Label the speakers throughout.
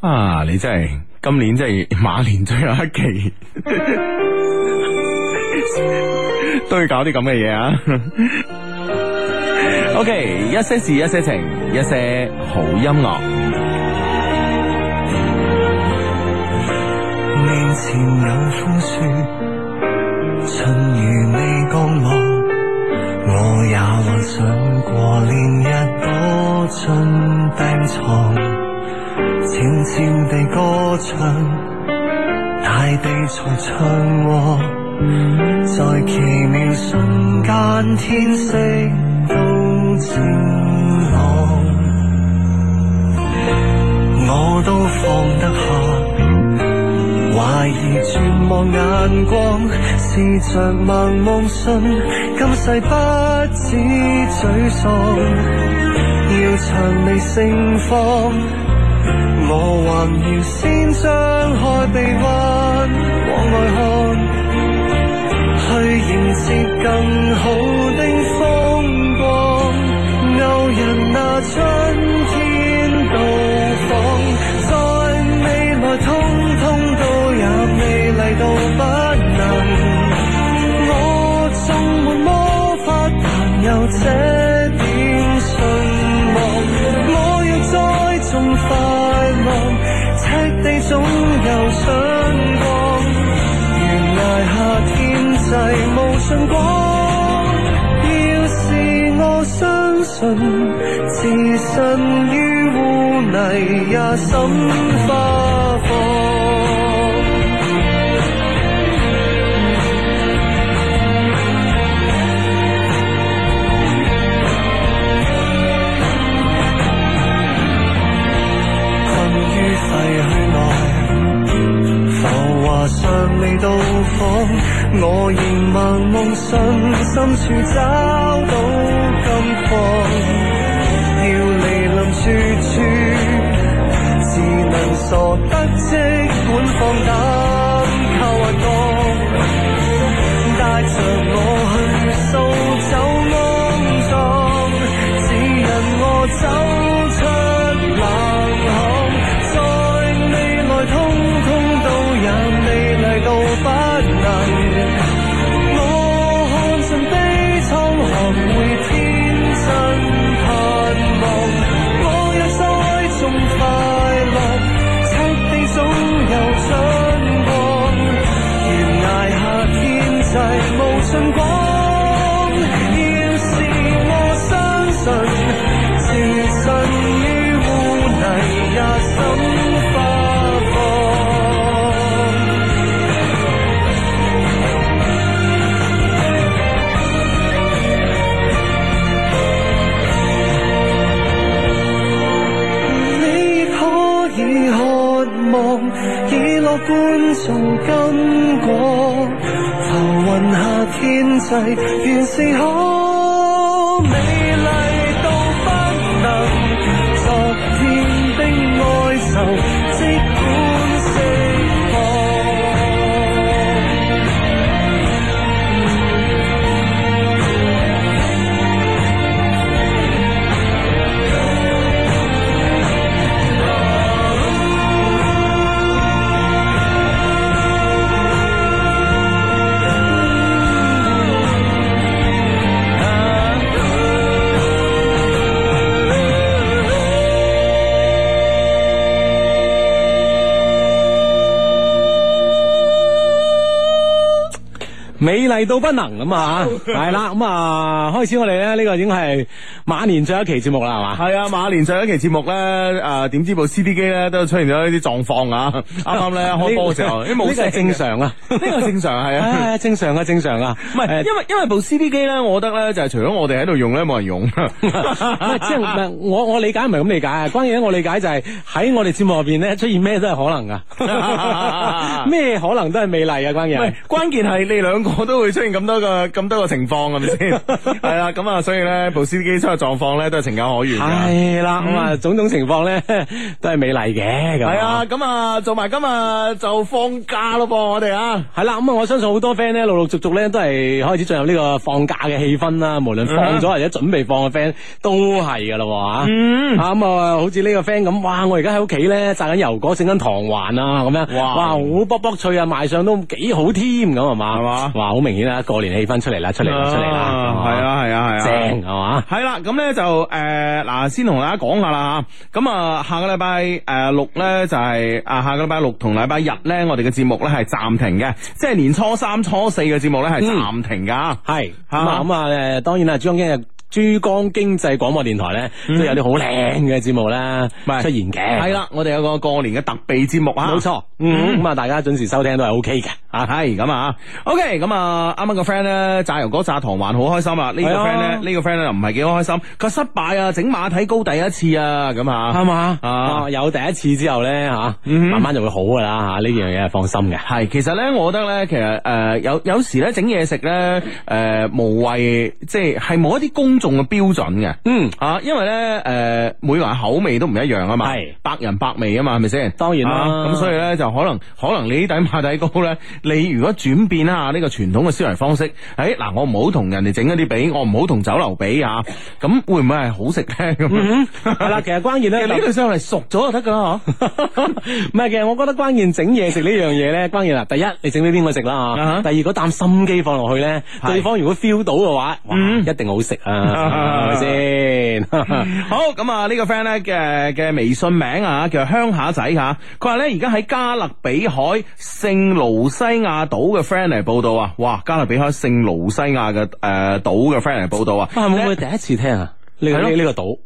Speaker 1: 啊，你真係今年真係馬年最後一期。都要搞啲咁嘅嘢啊！OK，一些事，一些情，一些好音樂。
Speaker 2: 面前有枯樹，春如未降落，我也幻想過連日躲進病床，悄悄地歌唱，大地在唱和。在奇妙瞬間，天色都晴朗，我都放得下。懷疑絕望眼光，試着盲目信，今世不止沮喪，要長未盛放，我還要先張開臂彎，往外看。去迎接更好的風光，勾人那春天到訪，在未來通通都也美麗到不能。我縱沒魔法，但有這點信望，我若栽種快樂，赤地總有想過。埋下天際無盡光，要是我相信，置身於污泥也心花放。尚未到訪，我仍盲夢信，深處找到金礦。要嚟臨處處，只能傻得即管放膽靠下降，帶着我去掃走骯髒，指引我走出冷巷，在未來通通都。也美麗到不能，我看盡悲愴，學會天真盼望。我若栽種快樂，赤地總有春光。懸崖下天際無盡光，要是我相信，置身於污泥也心。以樂觀做根果，浮雲下天際，原是可美麗到不能。昨天的哀愁，即管釋放。
Speaker 3: 美麗到不能咁 啊，係啦，咁啊，開始我哋咧呢個已經係馬年最後一期節目啦，係嘛？
Speaker 1: 係啊，馬年上一期節目咧，誒、呃、點知部 CD 機咧都出現咗呢啲狀況啊！啱啱咧開波嘅時候，
Speaker 3: 呢個係正 常啊，
Speaker 1: 呢個正常係 啊。
Speaker 3: 唉，正常啊，正常啊，
Speaker 1: 唔係，因為因為部 CD 機咧，我覺得咧就係除咗我哋喺度用咧，冇人用。 啊
Speaker 3: 唔係即係唔係我我理解唔係咁理解啊，關鍵咧我理解就係喺我哋節目入邊咧 出現咩都係可能噶，咩可能都係美麗啊，關鍵
Speaker 1: 關鍵係你兩。個都會出現咁多個咁多個情況，係咪 先？係啦，咁啊，所以咧，部司機出嘅狀況咧都係情有可原嘅。
Speaker 3: 係啦，咁啊，種種情況咧都係美麗嘅，
Speaker 1: 嗯
Speaker 3: 咁
Speaker 1: 係啊，，咁啊，做埋今日就放假咯噃，我哋啊。
Speaker 3: 係啦，咁啊，我相信好多 friend 咧，陸陸續續咧都係開始進入呢個放假嘅氣氛啦，無論放咗或者準備放嘅 friend 都係噶啦喎，吓。
Speaker 1: 嗯，
Speaker 3: 啊咁啊，好似呢個 friend 咁，哇！我而家喺屋企咧摘緊油果，整緊糖環啊，咁樣，
Speaker 1: 哇
Speaker 3: 哇，好卜卜脆啊，賣相都幾好添，咁係嘛，
Speaker 1: 係嘛啊
Speaker 3: 哇，好明顯啊，過年氣氛出嚟啦，出嚟啦，出嚟啦，
Speaker 1: 係啊，係啊，係啊，
Speaker 3: 正係嘛，
Speaker 1: 系啦，咁咧就诶嗱、先同大家講下啦吓，咁啊下個禮拜诶六咧就係啊下個禮拜六同禮拜日咧，我哋嘅節目咧係暫停嘅，即係年初三、初四嘅節目咧係
Speaker 3: 嗯
Speaker 1: 暫停噶。
Speaker 3: 係咁
Speaker 1: 啊
Speaker 3: 啊，咁啊，誒，當然啦，珠江經濟珠江經濟廣播電台咧，都有啲好靚嘅節目啦，
Speaker 1: 咪
Speaker 3: 出現嘅，
Speaker 1: 嗯係，啦，我哋有個過年嘅特備節目啊，
Speaker 3: 哎冇錯，嗯，咁啊，大家準時收聽都係 O K 嘅，
Speaker 1: 啊，係咁啊，OK，咁啊，啱啱個 friend 咧炸油果炸糖環好開心啦，呢、個
Speaker 3: 係啊
Speaker 1: friend 咧呢個 friend 咧唔係幾開心，佢失敗啊，整馬蹄糕第一次啊，咁啊，
Speaker 3: 嘛
Speaker 1: 啊
Speaker 3: 啊，有第一次之後咧吓，
Speaker 1: 嗯
Speaker 3: 慢慢就會好噶啦吓，呢樣嘢係放心嘅。
Speaker 1: 系，其實咧，我覺得咧，其實诶、呃有有时咧整嘢食咧，诶、無謂即係係冇一啲公眾嘅標準嘅。
Speaker 3: 嗯
Speaker 1: 啊，因為咧，诶、每個人口味都唔一樣啊嘛，
Speaker 3: 係
Speaker 1: 百人百味啊嘛，係咪先？
Speaker 3: 當然啦
Speaker 1: 啊咁、所以咧就可能可能你呢底馬底糕咧，你如果轉變一下呢個傳統嘅思維方式，诶、嗱，我唔好同人哋整一啲比，我唔好同酒樓比啊，咁會唔會係好食咧？咁
Speaker 3: 嗯，系啦，其實關鍵
Speaker 1: 其
Speaker 3: 咧
Speaker 1: 實呢
Speaker 3: 就
Speaker 1: 對上嚟熟咗就得噶啦，嗬。
Speaker 3: 唔係，其實我覺得關鍵整嘢食呢樣嘢咧，關鍵啦，第一你整俾邊個食啦
Speaker 1: 啊哈
Speaker 3: 吓，第二嗰啖心機放落去咧，
Speaker 1: 係
Speaker 3: 對方如果 feel 到嘅話，哇，
Speaker 1: 嗯
Speaker 3: 一定好食 啊，係咪先？
Speaker 1: 好咁啊！呢個 friend 咧嘅嘅微信名啊，叫鄉下仔吓。佢話咧而家喺加勒比海聖盧西亞島嘅 friend 嚟報道啊！哇，加勒比海聖盧西亞嘅誒島嘅 friend 嚟報道啊！
Speaker 3: 啊，會唔會第一次聽啊？呢個
Speaker 1: 係咯
Speaker 3: 呢呢個島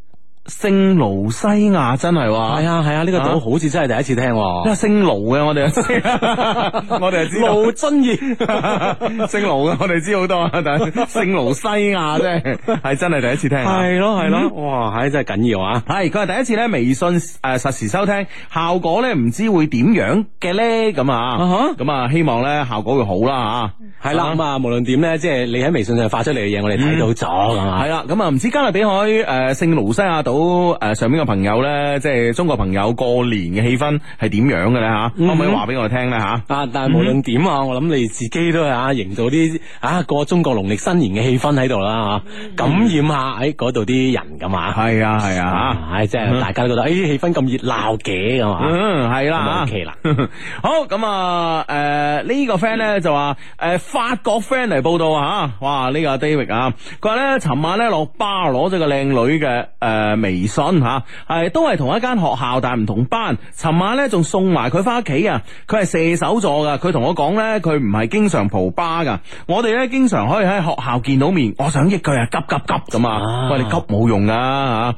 Speaker 1: 聖盧西亞真係喎
Speaker 3: 係，啊係啊，呢個
Speaker 1: 啊
Speaker 3: 島好似真係第一次聽
Speaker 1: 因 為
Speaker 3: 喎。
Speaker 1: 姓盧嘅我哋就知，
Speaker 3: 啊
Speaker 1: 我哋就知道。
Speaker 3: 盧真 義
Speaker 1: 姓盧嘅我哋知好多啊，但係聖盧西亞真係係真係第一次聽啊。
Speaker 3: 係咯係咯，哇，係真係緊要啊！
Speaker 1: 系，佢系第一次咧微信诶、呃、实时收聽，效果咧唔知會點樣嘅咧咁
Speaker 3: 啊
Speaker 1: 啊
Speaker 3: 哈，
Speaker 1: 咁啊希望咧效果會好啦
Speaker 3: 係啦，咁啊，無論點咧，即係你喺微信上發出嚟嘅嘢，我哋睇到咗咁
Speaker 1: 吓，
Speaker 3: 啊
Speaker 1: 係。啦，咁啊唔知加勒比海诶聖盧西亞島诶上面嘅朋友咧，即係中國朋友過年嘅氣氛係點樣嘅咧吓，可唔可以話俾我哋聽咧吓？
Speaker 3: 啊！但系无论点啊，我諗你自己都係啊，營造啲啊過中國農曆新年嘅氣氛喺度啦吓，感染下喺嗰度啲人噶嘛，
Speaker 1: 係啊係啊吓。
Speaker 3: 啊，唉，即係大家都覺得诶氣氛咁熱鬧嘅咁嘛，
Speaker 1: 嗯，係啦
Speaker 3: 咁就 OK 啦。
Speaker 1: 好咁啊，诶、呢、個 friend
Speaker 3: 嗯
Speaker 1: 咧就話诶、法國 friend 嚟報道啊，哇呢、個 David 啊，佢話咧尋晚咧落巴攞咗個靚女嘅诶、誒微信吓，係、都係同一間學校但係唔同班。尋晚咧仲送埋佢翻屋企啊，佢係射手座噶，佢同我講咧佢唔係經常蒲巴噶，我哋咧經常可以喺學校見到面，我想益佢啊，急急急咁啊，
Speaker 3: 啊
Speaker 1: 喂你急冇用噶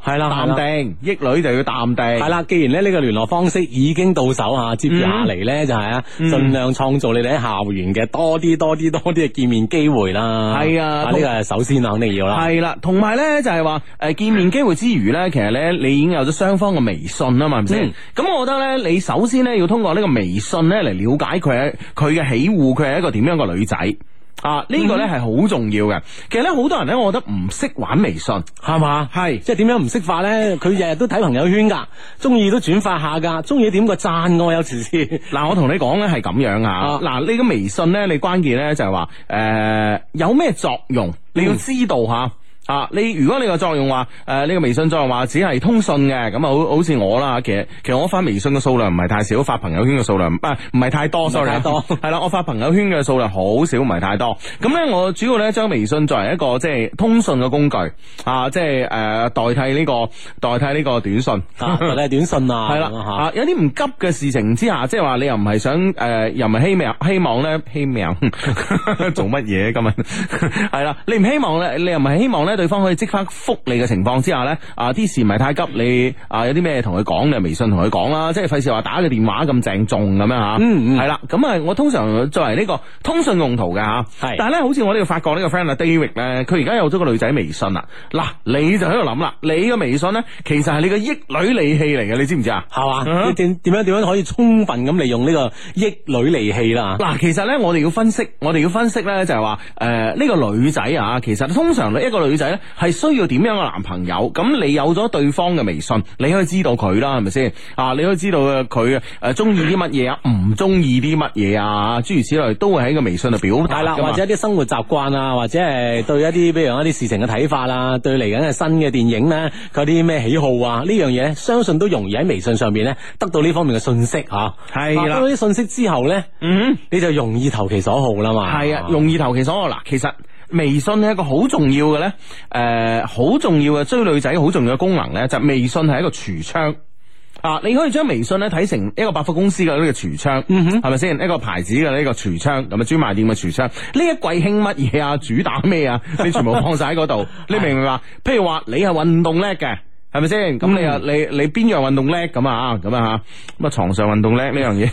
Speaker 1: 吓，
Speaker 3: 係啦係啦
Speaker 1: 淡定，益女就要淡定，
Speaker 3: 係啦，既然咧呢個聯絡方式已經到手啊，接住下嚟咧就係啊，盡量創造你哋喺校園嘅多啲多啲多啲嘅見面機會啦。
Speaker 1: 係啊
Speaker 3: 呢個係首先啊，肯定要啦。
Speaker 1: 系啦，同埋咧就係話诶见面機會之餘咧，其實咧你已經有咗雙方嘅微信啊啦嘛，係咪先
Speaker 3: 嗯？
Speaker 1: 咁、我覺得咧，你首先咧要通過呢個微信咧嚟了解佢係佢嘅喜好，佢係一個點樣嘅女仔。啊！呢、
Speaker 3: 嗯
Speaker 1: 個咧係好重要嘅。其實咧，好多人咧，我覺得唔識玩微信，
Speaker 3: 係嘛？
Speaker 1: 係
Speaker 3: 即係點樣唔識法咧？佢日日都睇朋友圈㗎，中意都轉發下㗎，中意點個讚我有時 先。
Speaker 1: 嗱，我同你講咧係咁樣啊
Speaker 3: 啊。
Speaker 1: 嗱，你個微信咧，你關鍵咧就係話，诶、有咩作用？你要知道吓。啊！你如果你個作用話，诶、呢、個微信作用話只係通訊嘅，咁啊好好似我啦，其實其實我發微信嘅數量唔係太少，發朋友圈嘅數量唔啊唔係太多，sorry，
Speaker 3: 太多
Speaker 1: 係啦，我發朋友圈嘅數量好少，唔係太多。咁咧，我主要咧將微信作為一個即係通訊嘅工具啊，即係诶、呃代替呢、個代替呢個短信。
Speaker 3: 啊，或者係短信啊，
Speaker 1: 系啦，
Speaker 3: 咁啊
Speaker 1: 啊有啲唔急嘅事情之下，即系话你又唔系想诶、呃又唔系希望希 望咧希望做乜嘢咁啊？系啦，你唔希望咧，你又唔系希望咧咧對方可以即刻覆你嘅情況之下咧，啊啲事唔係太急，你啊有啲咩同佢講，你微信同佢講啦，即係費事話打個電話咁鄭重咁樣吓。
Speaker 3: 嗯嗯
Speaker 1: 係啦，咁啊我通常作為呢個通訊用途嘅吓，
Speaker 3: 係
Speaker 1: 但係咧好似我呢個法國呢個 friend 啊 David 咧，佢而家有咗個女仔微信啦，嗱你就喺度諗啦，你嘅微信咧其實係你嘅益女利器嚟嘅，你知唔知啊？
Speaker 3: 系嘛？
Speaker 1: 嗯
Speaker 3: 你點點樣點樣可以充分咁利用呢個益女利器啦？
Speaker 1: 嗱，其實咧，我哋要分析，我哋要分析咧，就係話，誒、呢、個女仔啊，其實通常一個女仔咧係需要點樣嘅男朋友？咁你有咗對方嘅微信，你可以知道佢啦，係咪先？啊，你可以知道誒佢誒中意啲乜嘢啊，唔中意啲乜嘢啊，諸如此類，都會喺個微信度表達
Speaker 3: 係啦，
Speaker 1: 㗎嘛
Speaker 3: 或者一啲生活習慣啊，或者係對一啲，比如講一啲事情嘅睇法啊，對嚟緊嘅新嘅電影咧，佢有啲咩喜好啊？呢樣嘢呢相信都容易喺微信上邊咧得到呢方面嘅信息吓。
Speaker 1: 係啦
Speaker 3: 得到啲信息之後咧，
Speaker 1: 嗯。
Speaker 3: 你就容易投其所好啦嘛。
Speaker 1: 系啊，容易投其所好嗱。其實微信係一個好重要嘅咧，诶、好重要嘅追女仔好重要嘅功能咧，就係微信係一個櫥窗。啊！你可以將微信咧睇成一個百貨公司嘅呢個櫥窗，係咪先？一個牌子嘅呢個櫥窗，咁啊專賣店嘅櫥窗，呢一季興乜嘢啊？主打咩啊？你全部放晒喺嗰度，你明唔明白？譬如話你係運動叻嘅。係咪先？咁你啊，你你邊樣運動叻咁啊？咁啊吓，咁啊床上運動叻呢樣嘢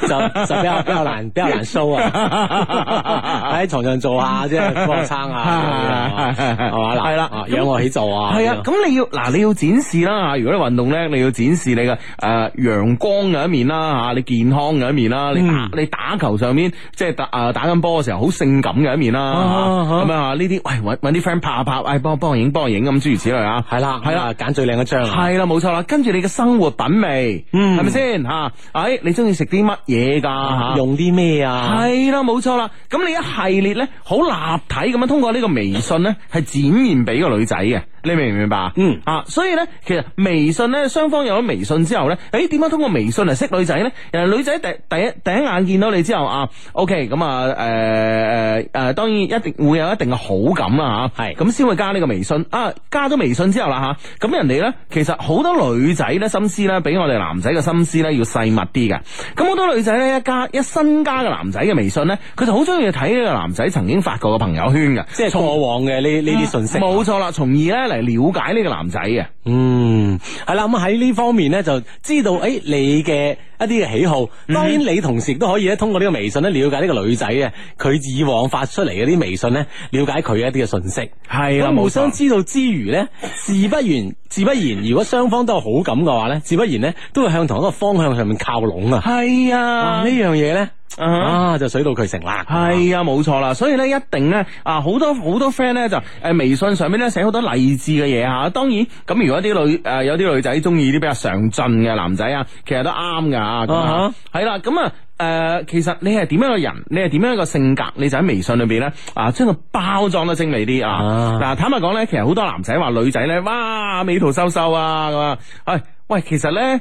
Speaker 3: 就就比較比較難比較 難 show 啊，喺床上做下即係幫撐 下，
Speaker 1: 係係係係
Speaker 3: 係嘛嗱，
Speaker 1: 係啦
Speaker 3: 啊仰卧起坐啊，
Speaker 1: 系啊，咁你要嗱，你要展示啦吓。如果你運動咧，你要展示你嘅诶阳光嘅一面啦吓，你健康嘅一面啦，
Speaker 3: 嗯
Speaker 1: 你打你打球上面即係打诶打緊波嘅時候好性感嘅一面啦，
Speaker 3: 啊
Speaker 1: 嚇咁啊呢啲喂搵搵啲 friend 拍下拍，哎幫幫我影幫我影咁諸如此類啊。
Speaker 3: 係啦，
Speaker 1: 係啦
Speaker 3: 啊，揀最靚嘅張啊，
Speaker 1: 係啦，冇錯啦，跟住你嘅生活品味，
Speaker 3: 嗯啊
Speaker 1: 係咪先吓？哎，你中意食啲乜嘢㗎吓？
Speaker 3: 用啲咩啊？
Speaker 1: 系啦，冇錯啦。咁你一系列咧，好立體咁樣通過呢個微信咧，係展現俾個女仔嘅。你明唔明白？
Speaker 3: 嗯
Speaker 1: 啊，所以咧，其實微信咧，雙方有咗微信之後咧，诶，點解通過微信嚟識女仔咧？人哋女仔第第一第一眼見到你之後啊，OK，咁啊，诶诶诶，当然一定會有一定嘅好感啦啊吓。
Speaker 3: 係
Speaker 1: 咁先會加呢個微信啊，加咗微信之後啦吓，咁人哋咧，其實好多女仔咧心思咧，比我哋男仔嘅心思咧要細密啲嘅。咁好多女仔咧一加一新加嘅男仔嘅微信咧，佢就好中意睇呢個男仔曾經發過嘅朋友圈嘅，
Speaker 3: 即係過往嘅呢呢啲信息，啊
Speaker 1: 冇錯啦，從而咧嚟了解呢個男仔嘅。
Speaker 3: 嗯，係啦，咁喺呢方面咧就知道，诶、你嘅一啲嘅喜好，
Speaker 1: 嗯
Speaker 3: 當然你同時亦都可以咧通過呢個微信咧了解呢個女仔嘅佢以往發出嚟嘅啲微信咧，了解佢一啲嘅信息。
Speaker 1: 係啦
Speaker 3: 咁互
Speaker 1: 冇錯
Speaker 3: 相知道之餘咧，自不然，自不然，如果雙方都有好感嘅話咧，自不然咧都會向同一個方向上面靠攏啊！
Speaker 1: 係
Speaker 3: 啊
Speaker 1: 啊
Speaker 3: 呢樣嘢咧，
Speaker 1: 啊哈
Speaker 3: 啊就水到渠成啦。
Speaker 1: 係啊，冇錯啦，所以咧一定咧啊，好多好多 friend 咧就誒微信上面咧寫好多勵志嘅嘢嚇。當然咁，如果啲女誒、呃有啲女仔中意啲比較上進嘅男仔啊，其實都啱㗎啊咁
Speaker 3: 啊
Speaker 1: 啊，係啦，咁啊。誒、其實你係點樣嘅人，你係點樣一個性格，你就喺微信裏邊咧啊，將佢包裝得精美啲啊！
Speaker 3: 啊
Speaker 1: 嗱、坦白講咧，其實好多男仔話女仔咧，哇美圖秀秀啊咁啊，喂喂，其實咧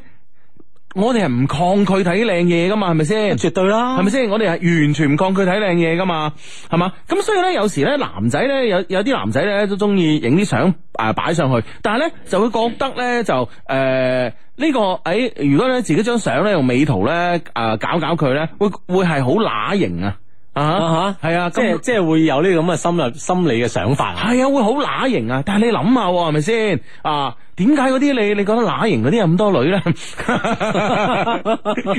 Speaker 1: 我哋係唔抗拒睇靚嘢噶嘛，係咪先？
Speaker 3: 絕對啦，
Speaker 1: 系咪先？我哋係完全唔抗拒睇靚嘢噶嘛，係嘛？咁所以咧，有時咧，男仔咧，有有啲男仔咧都中意影啲相诶擺上去，但係咧就會覺得咧就诶呢、個誒，如果咧自己張相咧用美圖咧诶搞搞佢咧，會會係好乸型啊！啊
Speaker 3: 啊
Speaker 1: 吓，係啊，
Speaker 3: 即係即係會有呢咁嘅心理心理嘅想法啊！
Speaker 1: 系啊，會好乸型啊！但係你諗下喎，係咪先啊？點解嗰啲你你覺得乸型嗰啲有咁多女 咧？佢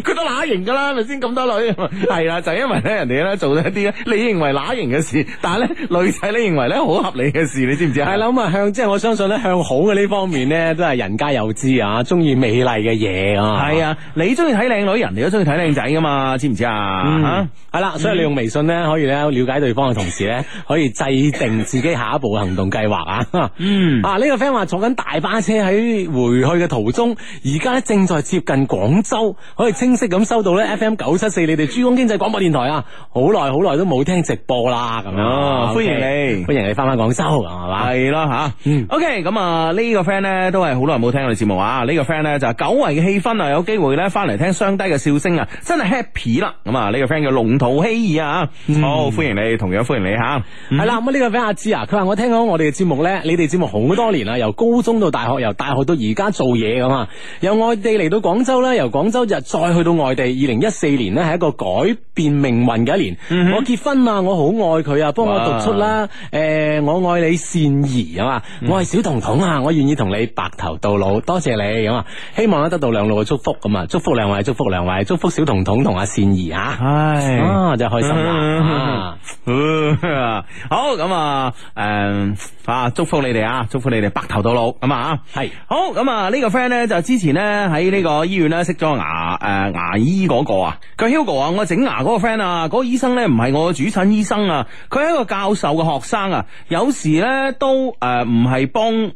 Speaker 1: 都乸型噶啦，係咪先咁多女？係啦、就係因為咧人哋咧做咗一啲咧你認為乸型嘅事，但係咧女仔你認為咧好合理嘅事，你知唔知啊？
Speaker 3: 系啦，咁啊向即系我相信咧，向好嘅呢方面咧，都系人家有知啊，中意美麗嘅嘢啊。
Speaker 1: 係，啊，你中意睇靚女，人哋都中意睇靚仔噶嘛，知唔知啊？
Speaker 3: 嗯，系啦，所以你用微信咧，可以咧了解對方嘅同時 咧，可以制定自己下一步嘅行動計劃啊。
Speaker 1: 嗯
Speaker 3: 啊呢個 friend 話坐緊大巴車喺回去嘅途中，而家咧正在接近廣州，可以清晰咁收到
Speaker 1: 嗯
Speaker 3: 咧 FM 九七四你哋珠江經濟廣播電台啊，好耐好耐都冇聽直播啦，咁樣
Speaker 1: 哦歡迎
Speaker 3: OK，
Speaker 1: 你
Speaker 3: 歡迎你翻返廣州，係嘛？
Speaker 1: 系啦吓
Speaker 3: 啊嗯
Speaker 1: ，OK，咁啊呢個 friend 咧都係好耐冇聽我哋節目啊，呢個 friend 咧就係久違嘅氣氛啊，有機會咧翻嚟聽雙低嘅笑聲啊，真係 happy 啦！咁啊呢個 friend 叫龍圖希爾啊，
Speaker 3: 嗯
Speaker 1: 好歡迎你，同樣歡迎你吓。
Speaker 3: 系啦，咁呢個 friend 阿芝啊，佢話我聽講我哋嘅節目咧，你哋節目好多年啦，由高中到大學學，由大學到而家做嘢咁啊，由外地嚟到廣州啦，由廣州就再去到外地。二零一四年呢，係一個改變命運嘅一年。我結婚啊，我好愛佢啊，幫我讀出啦。誒、我愛你善兒啊嘛，我係小彤彤啊，我願意同你白頭到老，多謝你咁啊，希望咧得到兩老嘅祝福咁啊，祝福兩位，祝福兩位，祝福小彤彤同阿善兒啊。
Speaker 1: 唉
Speaker 3: 啊，真係開心
Speaker 1: 嗯
Speaker 3: 啦！
Speaker 1: 啊 好咁啊，诶啊，祝福你哋啊，祝福你哋白頭到老咁啊！
Speaker 3: 係
Speaker 1: 好咁啊，呢個 friend 咧就之前咧喺呢個醫院咧識咗個牙诶牙醫嗰個啊，佢 Hugo 啊，我整牙嗰個 friend 啊，嗰個醫生咧唔係我嘅主診醫生啊，佢係一個教授嘅學生啊，有時咧都诶唔係幫。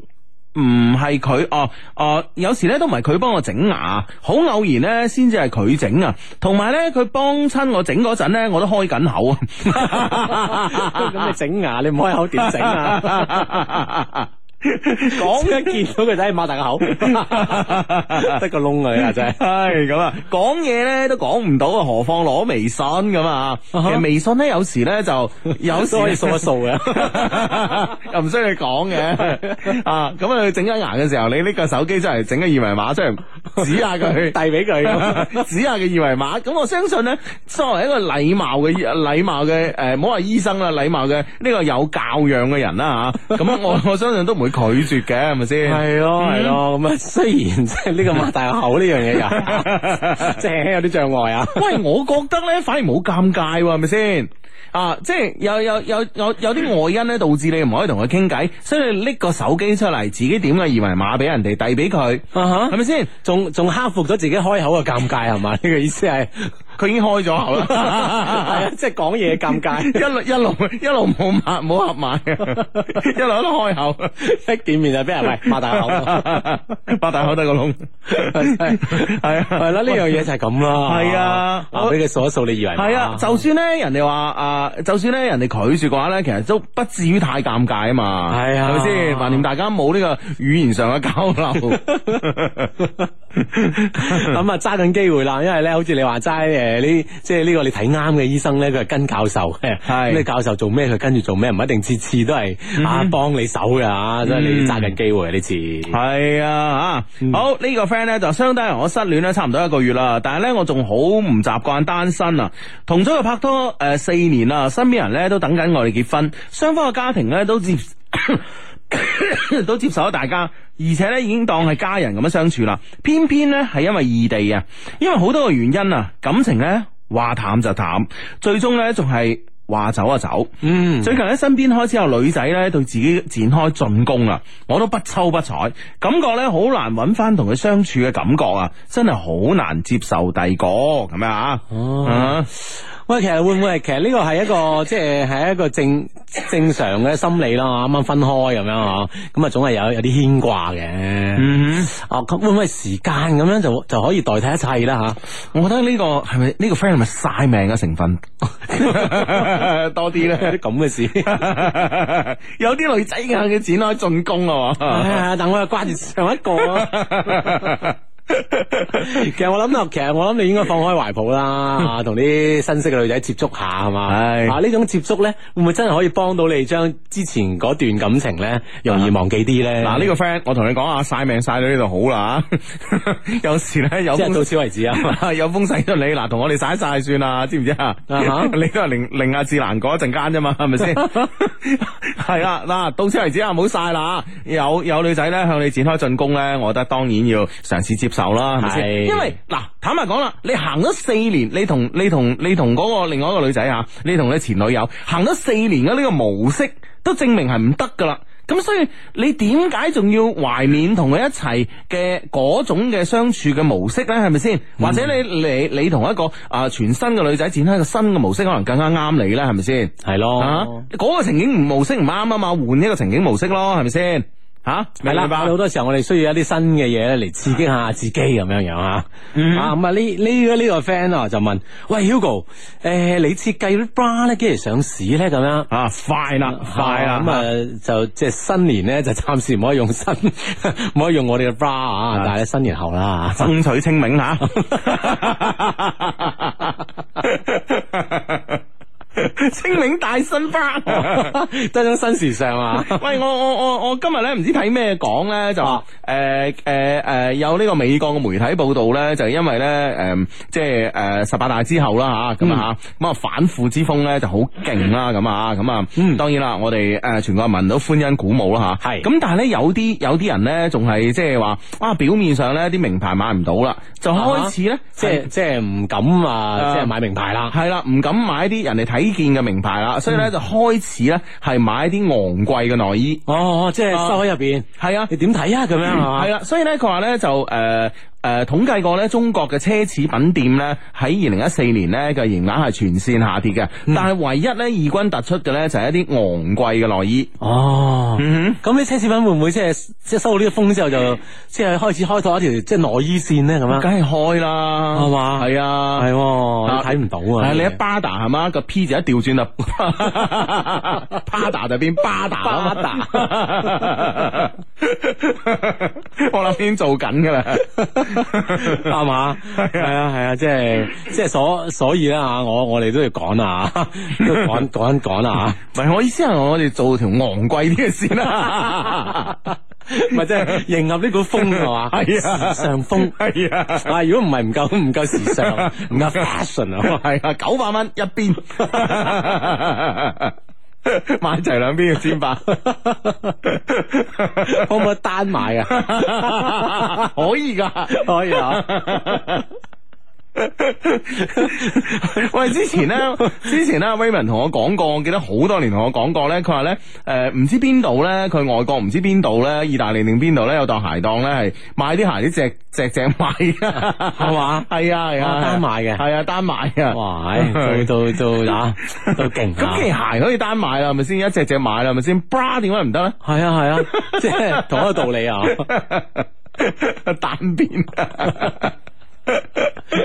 Speaker 1: 唔係佢哦哦，有時咧都唔係佢幫我整牙，好偶然咧先至係佢整啊。同埋咧，佢幫親我整嗰陣咧，我都開緊口啊。
Speaker 3: 咁你整牙，你唔開口點整啊？
Speaker 1: 啊
Speaker 3: 講一見到佢仔擘大個口， 得個窿佢啊 真係。
Speaker 1: 唉，咁啊，講嘢咧都講唔到啊，何況攞微信咁啊？其實微信咧有時咧 就有時
Speaker 3: 都可以掃一掃
Speaker 1: 嘅， 又唔需要你講嘅啊。咁啊，整緊牙嘅時候，你呢個手機真係整個二維碼出嚟指下 佢。
Speaker 3: 遞俾佢咁。
Speaker 1: 指下嘅二維碼，咁我相信咧，作為一個禮貌嘅禮貌嘅誒，唔好話醫生啦，禮貌嘅呢個有教養嘅人啦嚇，咁我我相信都唔會拒絕嘅，係咪先？
Speaker 3: 係咯係咯，咁啊雖然即係呢個擘大個口呢樣嘢 又即係有啲障礙啊。
Speaker 1: 喂，我覺得咧反而冇尷尬喎，係咪先？啊，即係有有有有有啲外因咧，導致你唔可以同佢傾偈，所以你拎個手機出嚟，自己點個二維碼俾人哋遞俾佢，
Speaker 3: 啊
Speaker 1: 係咪先？
Speaker 3: 仲仲克服咗自己開口嘅尷尬係嘛？呢個意思 係
Speaker 1: 佢已經開咗口
Speaker 3: 係
Speaker 1: 啦
Speaker 3: 啊，。即係講嘢尷尬。
Speaker 1: 一路一路一路冇抹冇合埋，一路喺度開 口。
Speaker 3: 一見面就俾人喂擘大個 口，
Speaker 1: 八大口得個窿，係啊
Speaker 3: 係啦，呢樣嘢就係咁啦。
Speaker 1: 係啊
Speaker 3: 啊俾佢掃一掃你以為
Speaker 1: 系啊，就算咧人哋話啊，就算咧人哋拒絕嘅話咧，其實都不至於太尷尬啊嘛，
Speaker 3: 係啊
Speaker 1: 係咪先？橫掂大家冇呢個語言上嘅交流，
Speaker 3: 咁啊，揸緊機會啦，因為咧，好似你話齋誒，呢即係呢個你睇啱嘅醫生咧，佢係跟教授
Speaker 1: 係
Speaker 3: 嘅，
Speaker 1: 嗯
Speaker 3: 咁你教授做咩，佢跟住做咩，唔一定次次都係啊幫你手㗎啊，真係你揸緊機會啊呢次。
Speaker 1: 係啊吓，好呢、個 friend 咧就相當於我失戀咧差唔多一個月啦，但係咧我仲好唔習慣單身啊，同咗佢拍拖诶四年啦，身邊人咧都等緊我哋結婚，雙方嘅家庭咧都接 都接受咗大家。而且咧已經當係家人咁樣相處啦，偏偏咧係因為異地啊，因為好多嘅原因啊，感情咧話淡就淡，最終咧仲係話走就走。
Speaker 3: 嗯，
Speaker 1: 最近喺身邊開始有女仔咧對自己展開進攻啦，我都不瞅不睬，感覺咧好難揾翻同佢相處嘅感覺啊，真係好難接受第二個咁樣啊。
Speaker 3: 哦喂，其實會唔會係其實呢個係一個即係係一個正正常嘅心理啦，啱啱分開咁樣嗬，咁啊總係有有啲牽掛嘅。
Speaker 1: 嗯，
Speaker 3: 哦，咁會唔會係時間咁樣就就可以代替一切啦
Speaker 1: 我覺得呢、個係咪呢個 friend 係咪晒命嘅啊成分 多啲
Speaker 3: 吓？有
Speaker 1: 咧
Speaker 3: 啲？咁嘅事。
Speaker 1: 有啲女仔硬嘅展開進攻啊
Speaker 3: 係
Speaker 1: 嘛。
Speaker 3: 啊，但我又掛住上一個啊。 其實我諗啊，其實我諗你應該放開懷抱啦， 啊同啲新識嘅女仔接觸下係嘛，
Speaker 1: 係
Speaker 3: 啊呢種接觸咧，會唔會真係可以幫到你將之前嗰段感情咧容易忘記啲咧？
Speaker 1: 嗱呢個 friend，我同你講啊，晒命晒到呢度好啦， 有時咧有
Speaker 3: 即係
Speaker 1: 風
Speaker 3: 到此為 止啊。
Speaker 1: 有風使到你嗱，同我哋晒一晒算啦，知唔知啊？
Speaker 3: 啊哈
Speaker 1: 你都係令令阿志蘭嗰一陣間啫嘛，係咪 先？係啦，嗱，到此為止啊，唔好晒啦啊！有有女仔咧向你展開進攻咧，我覺得當然要嘗試接受啦，係咪
Speaker 3: 係
Speaker 1: 先？因為嗱，坦白講啦，你行咗四年，你同你同你同嗰個另外一個女仔啊，你同你前女友行咗四年嘅呢個模式，都證明係唔得噶啦。咁所以你點解仲要懷緬同佢一齊嘅嗰種嘅相處嘅模式呢？係咪先？或者你你你同一個啊、全新嘅女仔展開一個新嘅模式，可能更加啱你呢？係咪先？
Speaker 3: 係咯，
Speaker 1: 啊，嗰、個情景唔模式唔啱啊嘛，換一個情景模式咯，係咪先？啊吓、
Speaker 3: 係
Speaker 1: 明
Speaker 3: 啦，
Speaker 1: 白
Speaker 3: 好多時候我哋需要一啲新嘅嘢咧嚟刺激下自己咁樣樣吓。啊
Speaker 1: 嗯
Speaker 3: 咁啊呢呢個呢個 friend 啊就問：喂 Hugo，誒你設計啲 bra 咧幾時上市咧？咁樣。
Speaker 1: 啊，快啦，快啦，
Speaker 3: 咁啊就即系新年咧，就暫時唔可以用新， 唔可以用我哋嘅 bra 啊，但係新年後 啦嚇。
Speaker 1: 爭取清明吓。 清明大新 花。
Speaker 3: 都係一種新時尚啊！
Speaker 1: 喂，我我我我今日咧唔知睇咩講咧，就話誒誒誒有呢個美國嘅媒體報道咧，就係因為咧誒、即係誒十八大之後啦吓，咁
Speaker 3: 嗯
Speaker 1: 啊咁啊反腐之風咧就好勁啦，咁啊咁啊，當然啦，我哋誒全國人民都歡欣鼓舞啦吓，
Speaker 3: 嗯係
Speaker 1: 咁但係咧有啲有啲人咧仲係即係話，哇表面上咧啲名牌買唔到啦，
Speaker 3: 哦
Speaker 1: 就開始咧
Speaker 3: 啊
Speaker 1: 即
Speaker 3: 即
Speaker 1: 係
Speaker 3: 係。即係唔敢
Speaker 1: 啊
Speaker 3: 啊！即係買名牌啦。
Speaker 1: 系啦，唔敢買啲人哋睇見嘅名牌
Speaker 3: 嗯
Speaker 1: 啦，所以咧就開始咧係買啲昂貴嘅內衣。
Speaker 3: 哦，即係收喺入邊，
Speaker 1: 係啊，
Speaker 3: 你點睇啊？咁樣係嘛？
Speaker 1: 係啦，所以咧佢話咧就誒。呃誒統計過咧，中國嘅奢侈品店咧喺二零一四年咧嘅營額係全線下跌嘅，
Speaker 3: 嗯
Speaker 1: 但係唯一咧異軍突出嘅咧就係一啲昂貴嘅內衣。
Speaker 3: 哦，
Speaker 1: 嗯
Speaker 3: 咁啲奢侈品會唔會即係即係收到呢個風之後就即係開始開拓一條即係內衣線咧咁樣？
Speaker 1: 梗係開啦，
Speaker 3: 係嘛
Speaker 1: 係啊，
Speaker 3: 係喎，
Speaker 1: 啊
Speaker 3: 你睇唔到啊！
Speaker 1: 係你一巴打係嘛，個 P 字一調轉啊， 巴打就變巴打啦嘛。
Speaker 3: 巴打
Speaker 1: 我諗已經做緊㗎啦。
Speaker 3: 啱嘛？係啊係啊，即係即係所所以啦吓，我我哋都要講啊， 都講講講啊啦
Speaker 1: 唔係我意思係我哋做條昂貴啲嘅線啦。
Speaker 3: 吓， 咪即係迎合呢股風係嘛？
Speaker 1: 係啊
Speaker 3: 時尚風。
Speaker 1: 係啊。
Speaker 3: 啊！如果唔係唔夠唔夠時 尚，唔夠 fashion 啊！
Speaker 1: 系啊，九百蚊一邊， 買齊兩邊要千八，
Speaker 3: 可唔可以單買啊？
Speaker 1: 可以噶。
Speaker 3: 可以啊！
Speaker 1: 喂，之前咧，之前咧，Raymond 同我講過，我記得好多年同我講過咧，佢話咧，诶、唔知邊度咧，佢外國唔知邊度咧，意大利定邊度咧，有檔鞋檔咧係賣啲鞋啲隻隻隻買嘅，係
Speaker 3: 嘛
Speaker 1: 係啊係啊，
Speaker 3: 哦單買嘅
Speaker 1: 係啊單買啊，
Speaker 3: 哇！唉到到到啊，到勁啊！
Speaker 1: 咁既然鞋可以單買啦，係咪先？一隻隻買啦，係咪先？bra 點解唔得咧？
Speaker 3: 係啊係啊，即係同一個道理啊！
Speaker 1: 單邊。啊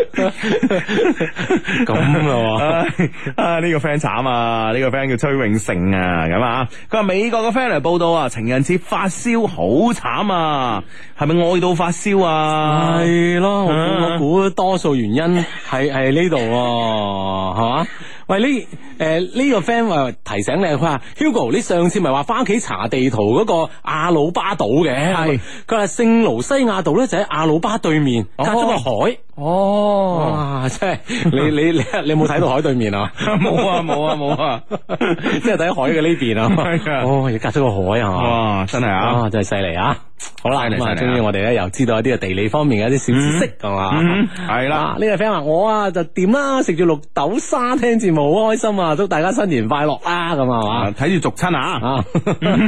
Speaker 3: 咁咯
Speaker 1: 唉 啊！呢、個 friend 慘啊！呢、個 friend 叫崔永盛啊，咁啊，佢話美國個 friend 嚟報道啊，情人節發燒好慘啊，係咪愛到發燒啊？
Speaker 3: 係咯，我
Speaker 1: 啊
Speaker 3: 估我估多數原因係係呢度喎，係嘛？喂，呢誒呢個 friend 話提醒你，佢話 Hugo，你上次咪話翻屋企查地圖嗰個阿魯巴島嘅，
Speaker 1: 係
Speaker 3: 佢話聖盧西亞島咧就喺阿魯巴對面，隔咗個海。
Speaker 1: 哦，
Speaker 3: 哇！真係你你你你有冇睇到海 對面啊？
Speaker 1: 冇啊冇啊冇啊！
Speaker 3: 即係睇海嘅呢邊
Speaker 1: 係啊
Speaker 3: 啊！哦，要隔咗個海啊係嘛！
Speaker 1: 哇，真係啊！
Speaker 3: 啊，真係犀利啊！好啦，
Speaker 1: 犀利
Speaker 3: 咁
Speaker 1: 犀
Speaker 3: 啊，
Speaker 1: 利啊
Speaker 3: 終於我哋咧又知道一啲嘅地理方面嘅一啲小知識係嘛
Speaker 1: 嗯，。係啦
Speaker 3: 啊，呢個 friend 話我啊就點啦，食住綠豆沙聽節目好開心啊，祝大家新年快樂啊，咁
Speaker 1: 啊
Speaker 3: 啊
Speaker 1: 睇住逐親啊
Speaker 3: 係！嘛啊， 一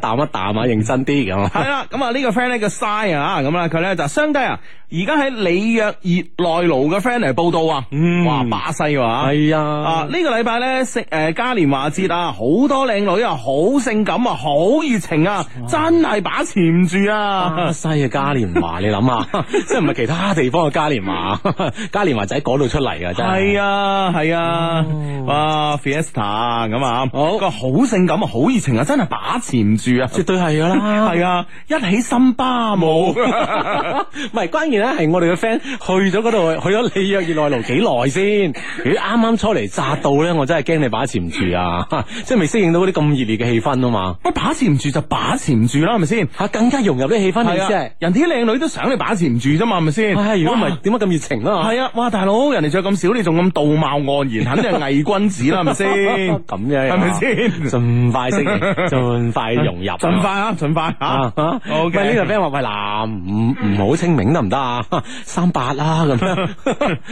Speaker 3: 啖一啖啊，認真 啲咁啊。
Speaker 1: 系啦，咁啊呢個 friend 咧叫 Sai 啊，咁啦佢咧就相低啊，而家喺里約熱內盧嘅 friend 嚟報道啊，哇巴西喎啊！
Speaker 3: 嗯係
Speaker 1: 啊
Speaker 3: 啊，，
Speaker 1: 呢個禮拜咧，食诶嘉年華節啊，好多靚女啊，好性感啊，好熱情啊，真係把持唔住
Speaker 3: 巴
Speaker 1: 啊！
Speaker 3: 西嘅嘉年華，你諗下， 即係唔係其他地方嘅嘉年華， 嘉年華仔嗰度出嚟啊，真係。哦
Speaker 1: 係啊，係啊，哇，Fiesta 啊咁啊，
Speaker 3: 好
Speaker 1: 個好性感啊，好熱情啊，真係把持唔住啊！
Speaker 3: 絕對係噶啦，
Speaker 1: 係啊，一起森巴舞。
Speaker 3: 唔係關鍵咧，係我哋嘅 friend 去咗嗰度，去咗里約熱內盧幾耐先？如果啱啱初嚟乍到咧，我真係驚你把持唔住啊！ 即係未適應到嗰啲咁熱烈嘅氣氛啊嘛，
Speaker 1: 不把持唔住就把持唔住啦，係咪先？
Speaker 3: 嚇更加融入啲氣氛，你
Speaker 1: 係
Speaker 3: 意思
Speaker 1: 啊
Speaker 3: 係？，
Speaker 1: 人哋啲靚女都想你把持唔住啫嘛，係咪先？
Speaker 3: 唉，如果唔係
Speaker 1: 哇。
Speaker 3: 點解咁熱情啊？
Speaker 1: 系啊，哇！大佬，人哋着咁少，你仲咁道貌岸然，肯定係偽君子啦，係咪先？
Speaker 3: 咁樣
Speaker 1: 係咪先
Speaker 3: 盡快 適應，盡快融入，
Speaker 1: 盡快啊，盡快
Speaker 3: 啊
Speaker 1: 啊！
Speaker 3: 哈
Speaker 1: OK
Speaker 3: 喂呢個 friend 話喂嗱，唔唔好清明得唔得啊？三八啦咁樣，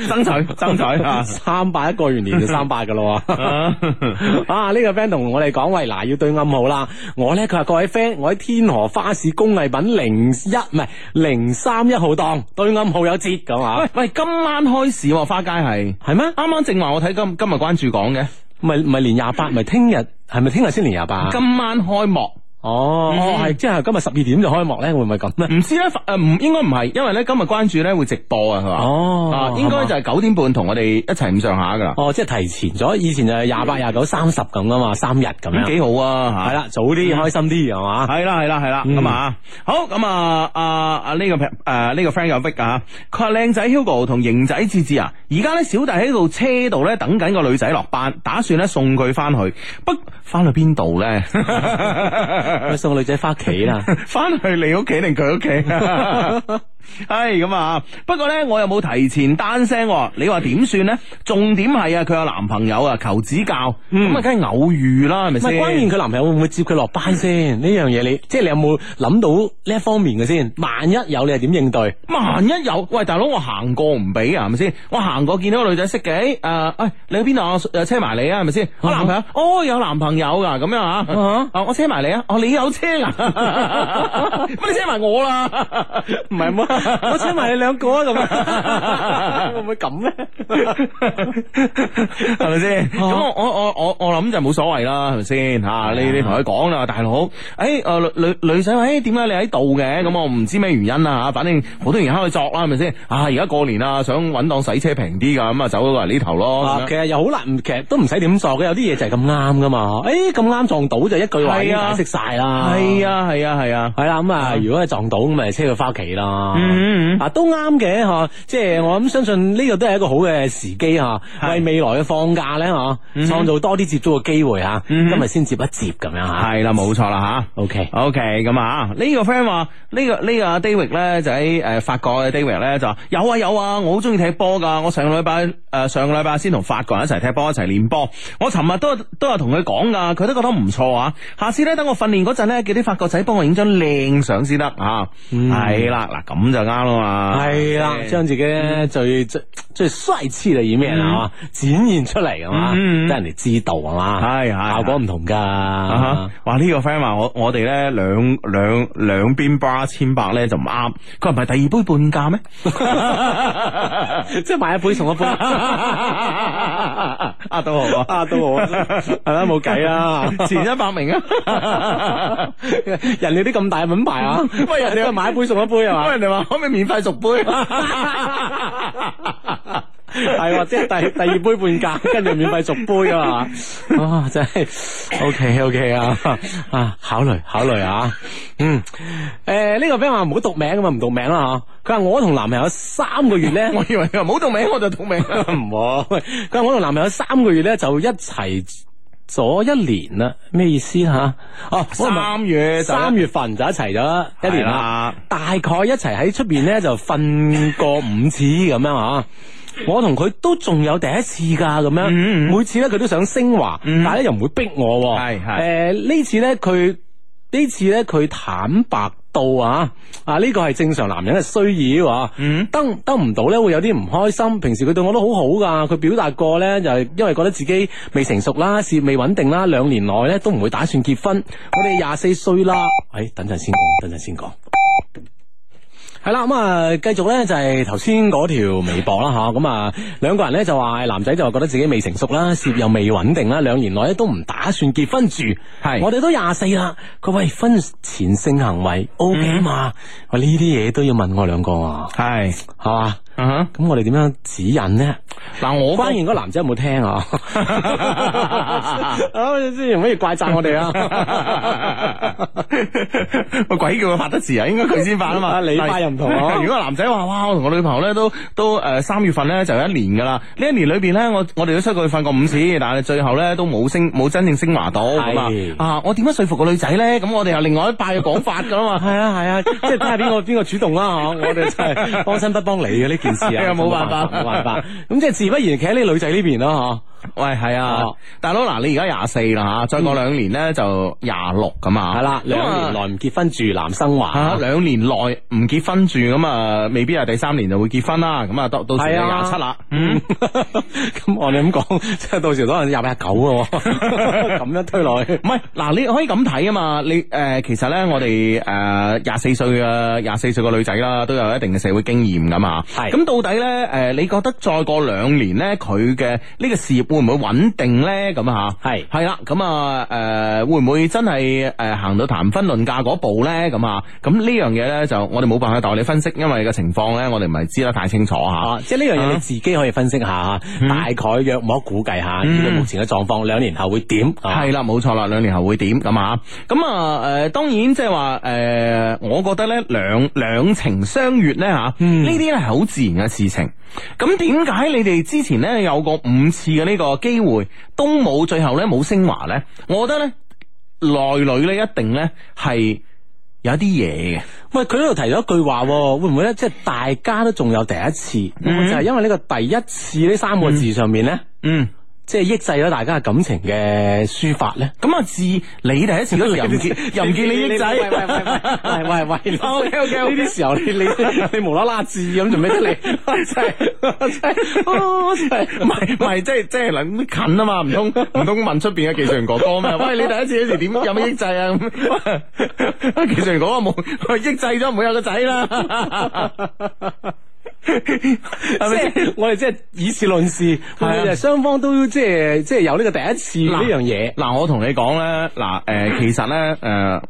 Speaker 1: 爭取爭取啊
Speaker 3: 三八一過完年就三八噶咯喎。
Speaker 1: 啊
Speaker 3: 啊！呢、個 friend 同我哋講，喂，嗱，要對暗號啦。我咧，佢話各位 friend，我喺天河花市工藝品零一唔係零三一號檔對暗號有折咁啊
Speaker 1: 喂。喂，今晚開市喎，花街係
Speaker 3: 係咩？
Speaker 1: 啱啱正話我睇今今日關注講嘅，
Speaker 3: 咪咪年廿八，咪聽日係咪聽日先年廿八啊？
Speaker 1: 今晚開幕
Speaker 3: 哦，
Speaker 1: 嗯
Speaker 3: 係即係今日十二點就開幕咧，會唔會咁咧？
Speaker 1: 唔知咧，誒唔應該唔係，因為咧今日關注咧會直播啊，佢話
Speaker 3: 哦
Speaker 1: 啊應該就係九點半同我哋一齊咁上下噶啦，
Speaker 3: 哦，即係提前咗，以前就係廿八、廿九、三十咁噶嘛，三日咁
Speaker 1: 咁
Speaker 3: 樣。
Speaker 1: 嗯幾好啊嚇
Speaker 3: 係。啦，早啲開心啲係嘛？
Speaker 1: 系啦系啦系啦，
Speaker 3: 嗯
Speaker 1: 咁啊，好咁啊，啊啊呢個诶呢個 friend 叫 Vic 啊，佢話靚仔 Hugo 同型仔志志啊，而家咧小弟喺度車度咧等緊個女仔落班，打算咧送佢翻去，不翻去邊度 咧？
Speaker 3: 咪送個女仔翻屋企啦。
Speaker 1: 翻去你屋企定佢屋企？ 係咁啊！不過咧，我又冇提前單聲喎，你話點算咧？重點係啊，佢有男朋友啊，求指教，咁啊、梗係偶遇啦，係咪
Speaker 3: 嗯唔係，
Speaker 1: 先？
Speaker 3: 關鍵佢男朋友會唔會接佢落班先？呢樣嘢你即係你有冇諗到呢一方面嘅先？萬一有，你係點應對？
Speaker 1: 萬一有，喂大佬，我行過唔俾啊，係咪先？我行過見到個女仔識嘅，誒、呃，喂，你去邊度啊？我誒車埋你啊，係咪先？我男朋友，哦，有男朋友噶，咁樣啊，
Speaker 3: 啊
Speaker 1: 啊，我車埋你啊，哦，你有車 啊，乜你車埋我 啦？唔係麼？
Speaker 3: 我請埋你兩個啊，
Speaker 1: 樣
Speaker 3: 會唔會咁咧？
Speaker 1: 係咪先？咁
Speaker 3: 哦
Speaker 1: 我我我我我諗就冇所謂啦，係咪先？
Speaker 3: 啊
Speaker 1: 吓，你你同佢講啦，大佬，诶、誒女女女仔話，诶、哎點解你喺度嘅？咁我唔知咩原因啦吓，反正好多人喺度作啦，係咪先？啊，而家過年啊，想搵檔洗車平啲㗎，咁啊走過嚟呢頭咯。咁
Speaker 3: 啊
Speaker 1: 樣，
Speaker 3: 其實又好難，其實都唔使點作嘅，有啲嘢就係咁啱噶嘛。誒，咁啱撞到就一句話已經
Speaker 1: 係啊
Speaker 3: 解釋晒啦。
Speaker 1: 係。啊係啊係啊，
Speaker 3: 系啦，咁啊，如果係撞到咁咪車佢翻屋企啦。
Speaker 1: 嗯嗯嗯
Speaker 3: 啊都啱嘅嗬，即係我諗相信呢個都係一個好嘅時機吓，為未來嘅放假咧嗬，創造多啲接觸嘅機會吓，今日先接一接咁樣吓。
Speaker 1: 係啦，冇錯啦吓。
Speaker 3: O K，
Speaker 1: O K，咁啊，呢個 friend 話呢個呢個 David 咧就喺誒法國嘅 David 咧就話有啊有啊，我好中意踢波噶，我上個禮拜誒上個禮拜先同法國人一齊踢波一齊練波，我尋日都都有同佢講噶，佢都覺得唔錯啊，下次咧等我訓練嗰陣咧叫啲法國仔幫我影張靚相先得啊，係啦，嗱咁就啱啦嘛，
Speaker 3: 嗯係啦，
Speaker 1: 嗯
Speaker 3: 將自己最最最帥氣嘅一面啊，嗬展現出嚟啊嘛，
Speaker 1: 嗯嗯嗯嗯
Speaker 3: 得人哋知道啊嘛，
Speaker 1: 係係
Speaker 3: 效果唔同
Speaker 1: 啊哈
Speaker 3: 噶。！
Speaker 1: 哇！呢、個 friend 話我我哋咧兩兩兩邊巴千百咧就唔啱，佢話唔係第二杯半價咩？
Speaker 3: 即係買一杯送一杯，
Speaker 1: 啊都好 啊，
Speaker 3: 啊都好，係啦冇計啦。
Speaker 1: 前一百名啊，
Speaker 3: 人哋啲咁大嘅品牌啊，喂人哋買一杯送一杯係嘛？
Speaker 1: 人哋話可唔可以免費續杯？
Speaker 3: 係喎，即係第第二杯半價， 跟住免費續杯啊 嘛！啊，真係 OK OK 啊啊，考慮考慮啊，嗯，誒呢個 friend 話唔好讀名啊嘛，唔讀名啦嚇。佢話我同男朋友三個月 咧，
Speaker 1: 我以為佢話冇讀名我就讀名，
Speaker 3: 唔好。佢話我同男朋友三個月咧就一齊咗一年啦，咩意思嚇？哦，我唔係
Speaker 1: 三月就
Speaker 3: 三月份就一齊咗一年
Speaker 1: 係
Speaker 3: 啦
Speaker 1: 啦，
Speaker 3: 大概一齊喺出邊咧就瞓過五次咁樣啊。我同佢都仲有第一次噶咁樣，
Speaker 1: 嗯嗯
Speaker 3: 每次咧佢都想升華，但係咧又唔會逼我喎。
Speaker 1: 係係
Speaker 3: 誒呢次咧佢呢次咧佢坦白到啊啊呢個係正常男人嘅需要啊。
Speaker 1: 嗯
Speaker 3: 得得唔到咧會有啲唔開心。平時佢對我都好好噶，佢表達過咧就係因為覺得自己未成熟啦，事業未穩定啦，兩年內咧都唔會打算結婚。我哋廿四歲啦，誒等陣先講，等陣先講。系啦，咁啊，繼續咧就係頭先嗰條微博啦吓，咁啊兩個人咧就話男仔就話覺得自己未成熟
Speaker 1: 嗯
Speaker 3: 啦，事業又未穩定啦，兩年內咧都唔打算結婚住。
Speaker 1: 係
Speaker 3: 我哋都廿四啦，佢喂婚前性行為 O K
Speaker 1: 嗯
Speaker 3: 嘛？喂呢啲嘢都要問我兩個啊，
Speaker 1: 係
Speaker 3: 係嗯嘛？
Speaker 1: 啊哈
Speaker 3: 咁我哋點樣指引呢？
Speaker 1: 嗱我
Speaker 3: 關鍵嗰個男仔有冇 聽啊？ 啊，之前唔可以怪責我哋啊！
Speaker 1: 我鬼叫佢發得遲啊，應該佢先發啊嘛。
Speaker 3: 啊你發又唔同啊
Speaker 1: 如果男仔話哇，我同我女朋友咧都都誒三、月份咧就有一年噶啦，呢一年裏邊咧我我哋都出過去瞓過五次，但係最後咧都冇升冇真正升華到咁
Speaker 3: 係
Speaker 1: 啊。啊，我點樣說服個女仔咧？咁我哋有另外一派嘅講法噶啦 嘛。
Speaker 3: 係啊係啊，即係睇下邊個邊個主動啦嚇，我哋真係幫親不幫你嘅呢件事
Speaker 1: 係啊
Speaker 3: 啊，
Speaker 1: 冇辦法
Speaker 3: 冇辦法。咁即係自不然企喺呢女仔呢邊啦
Speaker 1: 喂，係啊，
Speaker 3: 哦
Speaker 1: 大佬嗱，你而家廿四啦嚇，再過兩年咧就廿六咁啊。
Speaker 3: 嚇，係啦，兩年內唔結婚住，男生
Speaker 1: 啊
Speaker 3: 話，
Speaker 1: 兩年內唔結婚住咁啊，未必係第三年就會結婚啦。咁啊，到到時你
Speaker 3: 係啊
Speaker 1: 廿七啦，嗯，
Speaker 3: 咁我哋咁講，即係到時可能廿八廿九咯， 咁樣推落去
Speaker 1: 唔。係嗱，你可以咁睇啊嘛。你誒、呃其實咧，我哋誒廿四歲嘅廿四歲嘅女仔啦，都有一定嘅社會經驗噶嘛。
Speaker 3: 係
Speaker 1: 咁到底咧誒、呃你覺得再過兩年咧，佢嘅呢個事業會唔會穩定咧？咁啊吓，
Speaker 3: 係
Speaker 1: 係啦，咁啊誒會唔會真係誒行到談婚論嫁嗰步咧？咁啊，咁呢樣嘢咧就我哋冇辦法代你分析，因為個情況咧我哋唔係知得太清楚吓。
Speaker 3: 啊，即系呢樣嘢
Speaker 1: 啊
Speaker 3: 你自己可以分析下，大概約摸估計下，
Speaker 1: 嗯
Speaker 3: 以佢目前嘅狀況，兩年後會點？啊
Speaker 1: 係啦，冇錯啦，兩年後會點咁啊？咁啊，诶、當然即係話诶，誒我覺得咧兩兩情相悦咧吓，呢啲咧係好自然嘅事情。咁點解你哋之前咧有過五次嘅呢個機會，都冇最後咧冇升華咧？我覺得咧內裏咧一定咧係有一啲嘢嘅。
Speaker 3: 喂，佢呢度提咗一句話喎，會唔會咧？即係大家都仲有第一次，會唔會就係因為呢個第一次呢三個字上面咧，
Speaker 1: 嗯。
Speaker 3: 即係抑制咗大家嘅感情嘅抒發咧。
Speaker 1: 咁啊，自你第一次嗰時 又唔見又唔見你益仔，
Speaker 3: 喂喂喂喂喂 喂
Speaker 1: OK，OK，OK
Speaker 3: 呢啲時候你你 你無啦啦字咁做咩啫你？
Speaker 1: 真係真係哦真 係唔係唔係，即係即係諗近啊嘛，唔通唔通問出邊嘅技術員哥哥 咩？喂，你第一次嗰時點有咩抑制啊？咁技術員哥哥冇佢抑制咗，唔會有個仔 啦。係咪先啊
Speaker 3: 即係我哋即係以事論事，會唔會就係雙方都即係即係有呢個第一次呢
Speaker 1: 嗱
Speaker 3: 樣嘢？
Speaker 1: 嗱，我同你講咧，嗱，誒，其實咧，誒。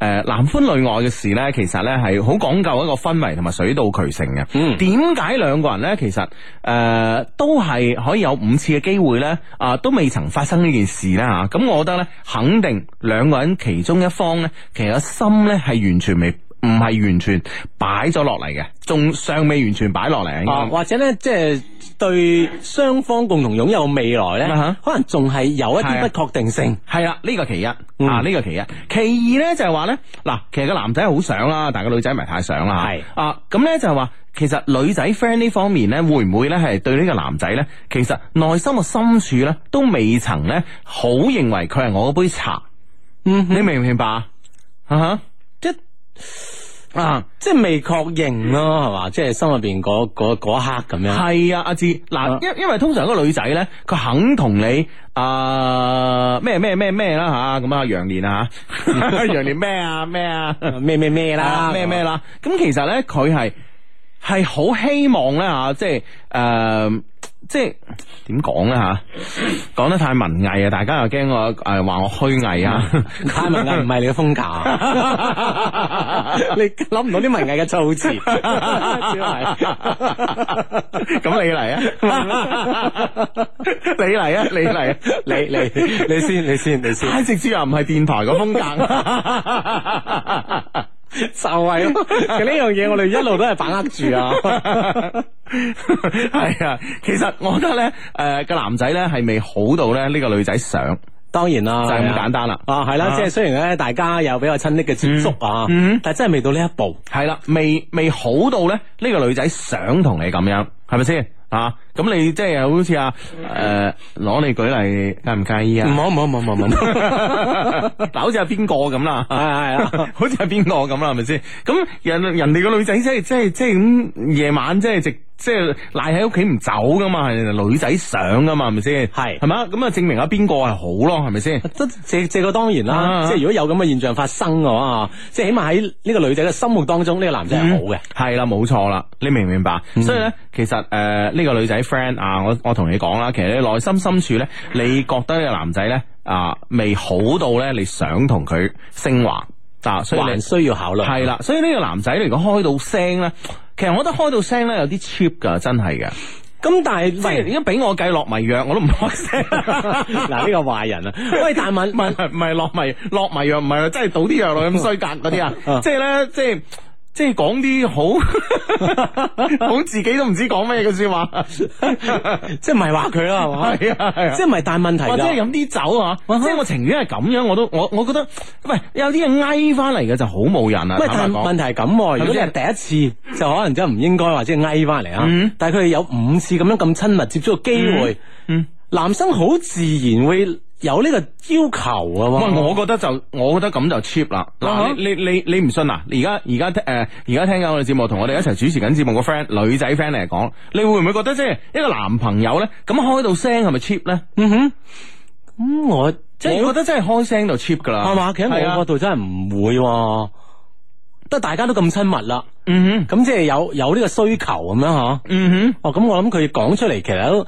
Speaker 1: 誒男歡女愛嘅事咧，其實咧係好講究一個氛圍同埋水到渠成嘅。
Speaker 3: 嗯
Speaker 1: 點解兩個人咧其實誒、呃都係可以有五次嘅機會咧啊、都未曾發生呢件事啦嚇。咁、我覺得咧，肯定兩個人其中一方咧，其實個心咧係完全未唔係完全擺咗落嚟嘅，仲尚未完全擺落嚟。應該
Speaker 3: 啊，或者咧，即係對雙方共同擁有未來
Speaker 1: 啊
Speaker 3: 咧
Speaker 1: 哈，
Speaker 3: 可能仲係有一
Speaker 1: 係
Speaker 3: 啲
Speaker 1: 啊
Speaker 3: 不確定性。
Speaker 1: 系啦，呢、個其一、
Speaker 3: 嗯
Speaker 1: 啊，呢、個其一。其二咧就係話咧，嗱，其實個男仔好想啦，但係個女仔唔係太想啦。
Speaker 3: 係
Speaker 1: 啊，咁咧就係話，其實女仔 friend 呢方面咧，會唔會咧係對呢個男仔咧，其實內心嘅深處咧，都未曾咧好認為佢係我嗰杯茶。
Speaker 3: 嗯
Speaker 1: 你明唔明白啊？啊哈，
Speaker 3: 即
Speaker 1: 啊。
Speaker 3: 即係未確認咯，係嘛？即係心入邊嗰嗰嗰一刻咁樣。
Speaker 1: 系啊，阿志
Speaker 3: 啊
Speaker 1: 嗱，因因为通常嗰個女仔咧，佢肯同你啊咩咩咩咩啦吓，咁啊羊年啊，羊年咩啊咩啊
Speaker 3: 咩咩咩
Speaker 1: 啦
Speaker 3: 啦，
Speaker 1: 咩咩啦。咁其實咧，佢係係好希望咧吓，即係诶、呃即係點講咧吓？講得太文藝啊，大家又驚我诶話我虛偽啊。
Speaker 3: 太文藝唔係你嘅風格啊， 你諗唔到啲文藝嘅措辭，主要係
Speaker 1: 咁你嚟啊！ 你嚟啊！你嚟啊！
Speaker 3: 你 你你先你先你先，
Speaker 1: 太直接又唔係電台個風 格。
Speaker 3: 就係咯。其實呢樣嘢我哋一路都係把握住啊。
Speaker 1: 係啊，其實我覺得咧，诶、個男仔咧係未好到咧呢個女仔想，
Speaker 3: 當然啦，
Speaker 1: 就係咁簡單啦。
Speaker 3: 啊，係啦，即係雖然咧大家有比較親昵嘅接觸啊
Speaker 1: 嗯嗯，
Speaker 3: 但係真係未到呢一步。
Speaker 1: 系啦，未未好到咧，呢、個女仔想同你咁樣，係咪先啊？咁你即係好似啊，诶、攞你舉例介唔介意
Speaker 3: 唔
Speaker 1: 啊？
Speaker 3: 好唔好唔好唔好唔好，
Speaker 1: 嗱，好似係邊個咁啦，
Speaker 3: 係係啊。
Speaker 1: 好似係邊個咁啦，係咪先？咁人人哋個女仔即係即係即係咁夜晚即係直。即係賴喺屋企唔走噶嘛，係人哋女仔想噶嘛，係咪先？
Speaker 3: 係
Speaker 1: 係嘛？咁啊，證明啊邊個係好咯，係咪先？
Speaker 3: 都這這個當然啦，
Speaker 1: 啊
Speaker 3: 即係如果有咁嘅現象發生嘅話，即係起碼喺呢個女仔嘅心目當中，呢、個男仔係好嘅。嗯
Speaker 1: 系嗯啦，冇錯啦，你明唔明白？所以咧，其實诶呢、個女仔 friend 啊，我我同你講啦，其實你內心深處咧，你覺得呢個男仔咧啊未好到咧，你想同佢升華啊，所以
Speaker 3: 還
Speaker 1: 你
Speaker 3: 需要考慮。
Speaker 1: 係，啦，所以呢個男仔嚟講開到聲咧，其實我覺得開到聲咧有啲 cheap 噶，真係嘅。
Speaker 3: 咁但係
Speaker 1: 即係
Speaker 3: 喂，
Speaker 1: 如果俾我計落迷藥，我都唔開聲。
Speaker 3: 嗱呢個壞人 啊，喂，但問
Speaker 1: 唔係 唔係落迷落迷藥，唔係啊真係倒啲藥落去咁衰格嗰 啲啊！即係咧，即係即係講啲好 好自己都唔知講咩嘅说 話，
Speaker 3: 即係唔係話佢啦，係嘛？
Speaker 1: 係啊係啊
Speaker 3: 即係唔係但問題
Speaker 1: 或者係
Speaker 3: 就
Speaker 1: 飲啲酒啊！即係我情願係咁樣，我都我我覺得，喂有啲嘢挨翻嚟嘅就好冇人啊！
Speaker 3: 喂，但
Speaker 1: 坦白
Speaker 3: 問
Speaker 1: 講
Speaker 3: 題係咁喎，如
Speaker 1: 係
Speaker 3: 果你
Speaker 1: 咪
Speaker 3: 係第一次，就可能真係唔應該或者係翳翻嚟啊
Speaker 1: 嗯。
Speaker 3: 但係佢哋有五次咁樣咁親密接觸嘅機會，
Speaker 1: 嗯
Speaker 3: 男生好自然會有呢個要求啊喎。
Speaker 1: 喂，我覺得就我覺得咁就 cheap 啦。
Speaker 3: 啊哈
Speaker 1: 嗱，你你你你唔信啊？而家而家誒而家聽緊我哋節目，同我哋一齊主持緊節目個 friend 女仔 friend 嚟講，你會唔會覺得即係一個男朋友咧咁開到聲係咪 cheap 咧？
Speaker 3: 嗯咁我
Speaker 1: 即係我覺得真係開聲就 cheap 噶啦，
Speaker 3: 系嘛？其
Speaker 1: 係
Speaker 3: 實
Speaker 1: 啊
Speaker 3: 我角度真係唔會喎，得大家都咁親密啦，
Speaker 1: 嗯哼，
Speaker 3: 咁即係有有呢個需求咁樣嗬。
Speaker 1: 嗯
Speaker 3: 哦，咁我諗佢講出嚟其實都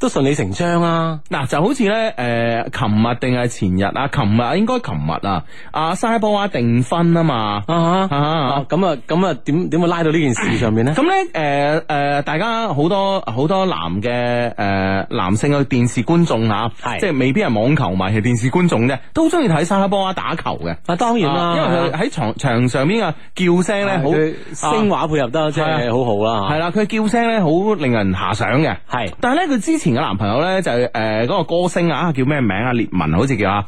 Speaker 3: 都順理成章啊。
Speaker 1: 嗱，就好似咧，诶、琴日定係前日啊？琴日應該琴日啊，阿沙波娃訂婚啊嘛，
Speaker 3: 啊哈
Speaker 1: 啊
Speaker 3: 啊咁啊咁啊，點點會拉到呢件事上面咧？
Speaker 1: 咁咧，诶、诶、大家好多好多男嘅诶、誒男性嘅電視觀眾吓，
Speaker 3: 係
Speaker 1: 即係未必係網球迷，係電視觀眾啫，都中意睇沙拉波娃打球嘅。
Speaker 3: 啊，當然啦，
Speaker 1: 因為佢喺場場上邊嘅叫聲咧，好啊
Speaker 3: 佢聲畫配合得真係好好啦，
Speaker 1: 係啦，啊佢叫聲咧好令人遐想嘅。
Speaker 3: 係
Speaker 1: 但係咧，佢之前嘅男朋友咧就係誒嗰個歌星啊，叫咩名啊？列文好似叫啊，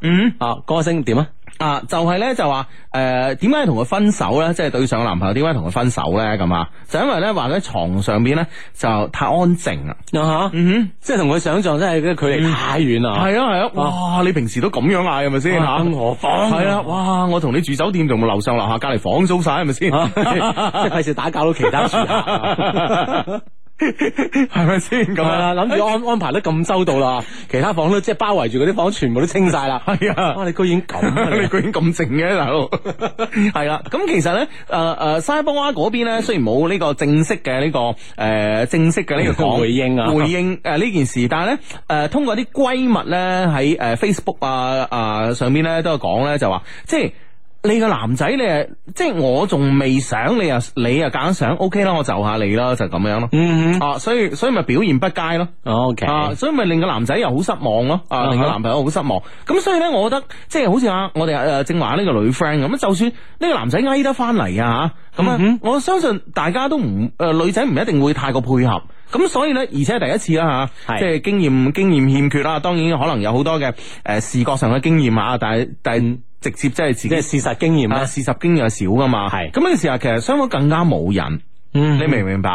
Speaker 1: 嗯
Speaker 3: 啊，歌星點啊？
Speaker 1: 啊，就係咧就話誒點解同佢分手咧？即係對上個男朋友點解同佢分手咧？咁啊，就因為咧話佢喺床上邊咧就太安靜啦。
Speaker 3: 啊哈，
Speaker 1: 嗯
Speaker 3: 即係同佢想象真係個距離太遠啦。
Speaker 1: 係啊係啊，哇！你平時都咁樣嗌係咪先嚇？
Speaker 3: 啊更何況
Speaker 1: 係啊，哇！我同你住酒店，仲樓上樓下隔離房租晒係咪 先？
Speaker 3: 啊 即係費事打攪到其他 住客。
Speaker 1: 係咪先咁
Speaker 3: 係
Speaker 1: 啊？
Speaker 3: 啦，諗住安安排得咁周到啦，其他房都即係包圍住嗰啲房，全部都清晒啦。
Speaker 1: 係啊
Speaker 3: 哇，你居然咁啊
Speaker 1: 你
Speaker 3: 你
Speaker 1: 居然咁靜嘅大 佬，係啦。咁其實咧，誒誒，沙波娃嗰邊咧，雖然冇呢個正式嘅呢個誒正式嘅呢 個講
Speaker 3: 回應啊
Speaker 1: 回應誒呢件事，但係咧誒通過啲閨蜜咧喺誒 Facebook 啊啊上邊咧都有講咧，就話即係。你個男仔你誒，即係我仲未想你啊，你啊揀想，OK 啦，我就下你啦，就咁樣咯。
Speaker 3: 嗯哦
Speaker 1: 啊，所以所以咪表現不佳咯。
Speaker 3: ，O K，
Speaker 1: 啊，所以咪令個男仔又好失望咯，
Speaker 3: 啊
Speaker 1: 啊，
Speaker 3: 哈
Speaker 1: 令個男朋友好失望。咁所以咧，我覺得即係好似啊，我哋誒正話呢個女 friend 咁，就算呢個男仔嗌得翻嚟啊嚇，咁啊
Speaker 3: 嗯，
Speaker 1: 我相信大家都唔誒女仔唔一定會太過配合。咁所以咧，而且係第一次啦嚇，
Speaker 3: 係
Speaker 1: 即係經驗經驗欠缺啦。當然可能有好多嘅誒視覺上嘅經驗啊，但係但係直接即係自
Speaker 3: 即係
Speaker 1: 己
Speaker 3: 事實經驗
Speaker 1: 啊
Speaker 3: 啦。
Speaker 1: 事實經驗係少噶嘛。
Speaker 3: 係
Speaker 1: 咁呢個時候，其實雙方更加冇人，
Speaker 3: 嗯
Speaker 1: 你明唔明白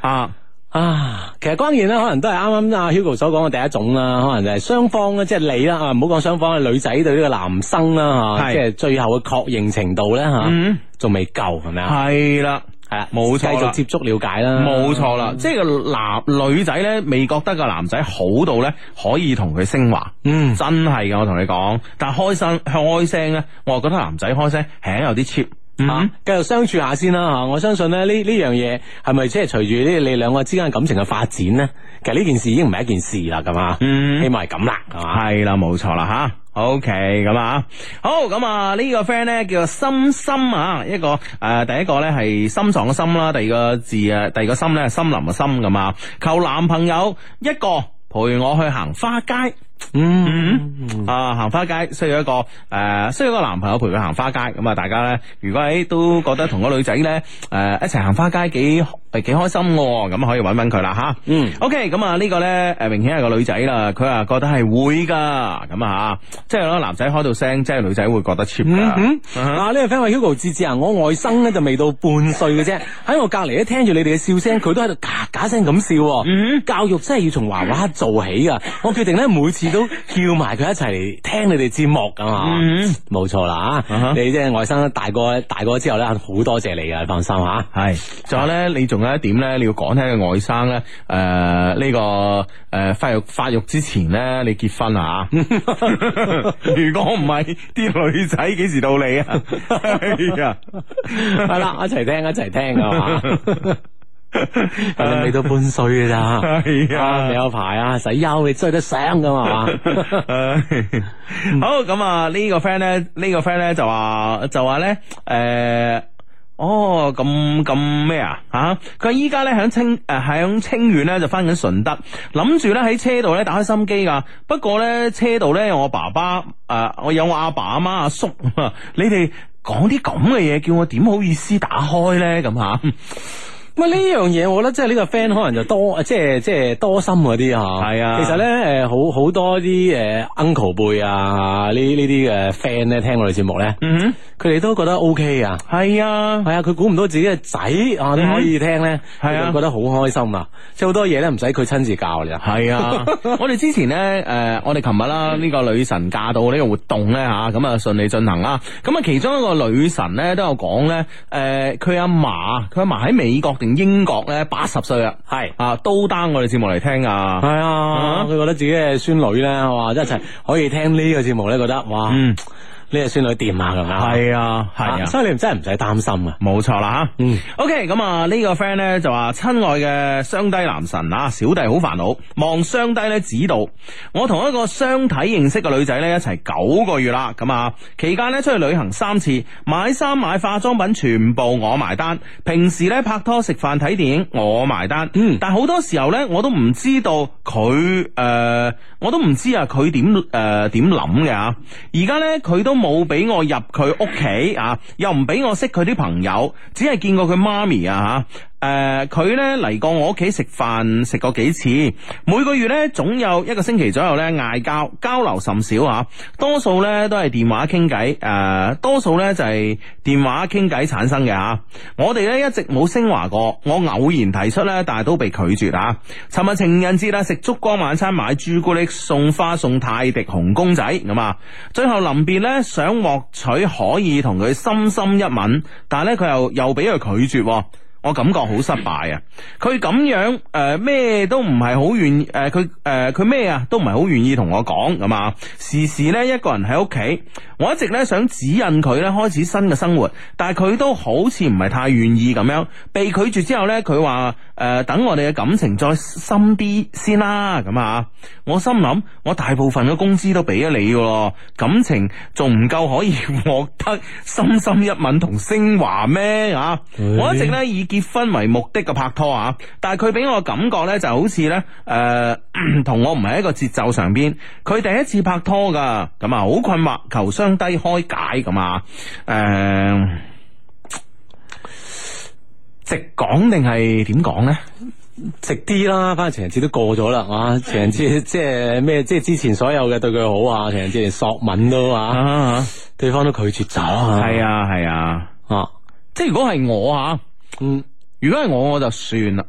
Speaker 1: 啊？
Speaker 3: 啊，其實關鍵咧，可能都係啱啱阿 Hugo 所講嘅第一種啦，可能就係雙方咧，即係你啦，啊，唔好講雙方，女仔對呢個男生啦，吓，
Speaker 1: 係
Speaker 3: 即係最後嘅確認程度咧，吓
Speaker 1: 嗯，
Speaker 3: 仲未夠，係咪啊？
Speaker 1: 係啦。
Speaker 3: 係啦，
Speaker 1: 冇錯啦
Speaker 3: 繼續接觸了解啦，
Speaker 1: 冇錯啦，即係個男女仔咧，未覺得個男仔好到咧，可以同佢升華，
Speaker 3: 嗯，
Speaker 1: 真係嘅，我同你講。但係開聲開聲咧，我又覺得男仔開聲係有啲 cheap，啊
Speaker 3: 吓，繼續相處下先啦吓，我相信咧呢呢樣嘢係咪即係隨住呢你兩個之間嘅感情嘅發展咧，其實呢件事已經唔係一件事啦，咁啊，
Speaker 1: 嗯
Speaker 3: 希望係咁啦，係嘛，
Speaker 1: 係啦，冇錯啦吓。OK，咁啊，好咁啊，呢個 friend 咧叫做心心啊，一個誒、呃第一個咧係心臟嘅心啦，第二個字誒，第二個心咧係森林嘅心咁啊，求男朋友一個陪我去行花街。嗯啊，行花街需要一個誒、呃需要一個男朋友陪佢行花街。咁啊，大家咧，如果喺都覺得同個女仔咧誒一齊行花街幾誒幾開心嘅喎，咁可以揾揾佢啦吓。
Speaker 3: 嗯
Speaker 1: ，OK，咁啊呢個咧誒明顯係個女仔啦，佢啊覺得係會噶，咁啊即係咯男仔開到聲，即係女仔會覺得 cheap
Speaker 3: 嗯哼
Speaker 1: 噶。啊哈
Speaker 3: 啊呢個 friend 話 Hugo 志志啊，我外甥咧就未到半歲嘅啫， 喺我隔離咧聽住你哋嘅笑聲，佢都喺度嘎嘎聲咁笑喎。
Speaker 1: 嗯
Speaker 3: 教育真係要從娃娃做起噶，我決定咧每次都叫埋佢一齊嚟聽你哋節目噶嘛。
Speaker 1: 嗯
Speaker 3: 冇錯啦
Speaker 1: 啊哈
Speaker 3: 啊！你即係外甥大個大個之後咧，好多謝你啊，放 心吓。
Speaker 1: 系，仲有咧，你仲有一點咧，你要講聽個外甥咧，诶、呃呢、個个誒發育發育之前咧，你結婚啊！ 如果唔係，啲女仔幾時到你啊？ 係啊，
Speaker 3: 係啦，一齊聽一齊聽啊 嘛。你未到半歲嘅咋？
Speaker 1: 係
Speaker 3: 啊，
Speaker 1: 啊
Speaker 3: 你。有排啊，使休你追得上噶嘛？
Speaker 1: 唉 好咁啊！呢個 friend 咧，呢個 friend 咧就話就話咧，誒。哦，咁咁咩啊？吓，佢依家咧響清誒響清遠咧就翻緊順德，諗住咧喺車度咧打開心機噶。不過咧車度咧有我爸爸誒、呃我有我阿爸阿媽阿叔，啊你哋講啲咁嘅嘢，叫我點好意思打開咧咁吓？
Speaker 3: 咁啊呢樣嘢，我覺得即係呢個 friend 可能就多， 即係即係多心嗰啲啊。
Speaker 1: 係啊
Speaker 3: 其實咧，誒好好多啲誒 uncle 輩啊，呢呢啲嘅 friend 咧，聽我哋節目咧，
Speaker 1: 嗯，
Speaker 3: 佢哋都覺得 OK 啊。
Speaker 1: 係啊，
Speaker 3: 係啊，佢估唔到自己嘅仔啊都可以聽咧，
Speaker 1: 嗯係啊
Speaker 3: 佢就覺得好開心啦。即係好多嘢咧，唔使佢親自教你啊。
Speaker 1: 系啊， 我哋之前咧，诶、我哋琴日啦，呢、個女神駕到呢個活動咧吓，咁啊順利進行啦。咁啊，其中一個女神咧都有講咧，诶、佢阿嫲，佢阿嫲喺美國定英國咧，八十歲啦，
Speaker 3: 係
Speaker 1: 啊，都 down 我哋節目嚟聽
Speaker 3: 系
Speaker 1: 啊。
Speaker 3: 啊，佢覺得自己嘅孫女咧，哇，一齊可以聽呢個節目咧，覺得哇，
Speaker 1: 嗯
Speaker 3: 呢呢個孫女掂下咁樣。
Speaker 1: 係啊，係啊。
Speaker 3: 所以你真係唔使擔心啊。
Speaker 1: 冇錯啦吓，
Speaker 3: 嗯
Speaker 1: ，OK，咁啊呢個 friend 呢就話，親愛嘅雙低男神啊，小弟好煩惱，望雙低呢指導，我同一個雙體認識嘅女仔呢一齊九個月啦，咁啊期間呢出去旅行三次，買衫買化妝品全部我埋單，平時呢拍拖食飯睇電影我埋單，
Speaker 3: 嗯
Speaker 1: 但好多時候呢，我都唔知道佢誒、呃我都唔知啊佢點誒點諗嘅啊！而家呢，佢都冇俾我入佢屋企啊，又唔俾我識佢啲朋友，只係見過佢媽咪啊嚇。誒、佢呢嚟過我屋企食飯，食過幾次，每個月呢，總有一個星期左右呢嗌交，交流甚少啊，多數呢都係電話傾偈，誒、呃多數呢就係、電話傾偈產生嘅啊吓。我哋呢一直冇升華過，我偶然提出呢，但係都被拒絕啊。尋日情人節啦，食燭光晚餐，買朱古力，送花，送泰迪熊公仔咁啊。最後臨別呢，想獲取可以同佢深深一吻，但係呢，佢又又俾佢拒絕喎。我感覺好失敗啊！佢咁樣誒咩、都唔係好願誒佢誒佢咩啊都唔係好願意同我講咁啊！時時咧一個人喺屋企，我一直咧想指引佢咧開始新嘅生活，但係佢都好似唔係太願意咁樣。被拒絕之後咧，佢話誒等我哋嘅感情再深啲先啦咁啊！我心諗我大部分嘅工資都俾咗你噶咯，感情仲唔夠可以獲得深深一吻同升華咩啊？我一直咧以結婚為目的嘅拍拖啊，但係佢俾我感覺咧就好似咧誒 同我唔係一個節奏上邊。佢第一次拍拖噶，咁啊好困惑，求相低開解咁啊誒。直講定係點講咧？
Speaker 3: 直啲啦，反正情人節都過咗啦，哇！情人節即係咩？即係之前所有嘅對佢好啊，情人節連索吻都啊，
Speaker 1: 啊，
Speaker 3: 對方都拒絕咗啊。
Speaker 1: 係啊係啊，
Speaker 3: 啊，
Speaker 1: 即係如果係我啊，
Speaker 3: 嗯，
Speaker 1: 如果係我我就算啦，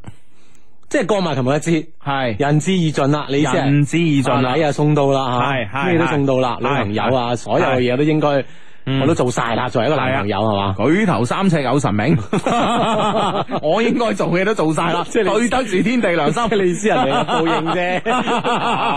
Speaker 3: 即係過埋琴日一節，
Speaker 1: 係
Speaker 3: 仁至義盡啦。你即係
Speaker 1: 仁至義盡啦
Speaker 3: 禮啊送到啦，
Speaker 1: 係
Speaker 3: 嚇
Speaker 1: 係
Speaker 3: 咩都
Speaker 1: 係
Speaker 3: 送到啦，女
Speaker 1: 係
Speaker 3: 朋友啊，
Speaker 1: 係嗯啊
Speaker 3: 所有嘅嘢都應該我都做晒啦。作為一個男朋友係 嘛，
Speaker 1: 舉頭三尺有神 明，我應該做嘅都做晒啦，
Speaker 3: 即係你
Speaker 1: 對得住天地 良心。
Speaker 3: 你意思人哋嘅報應啫，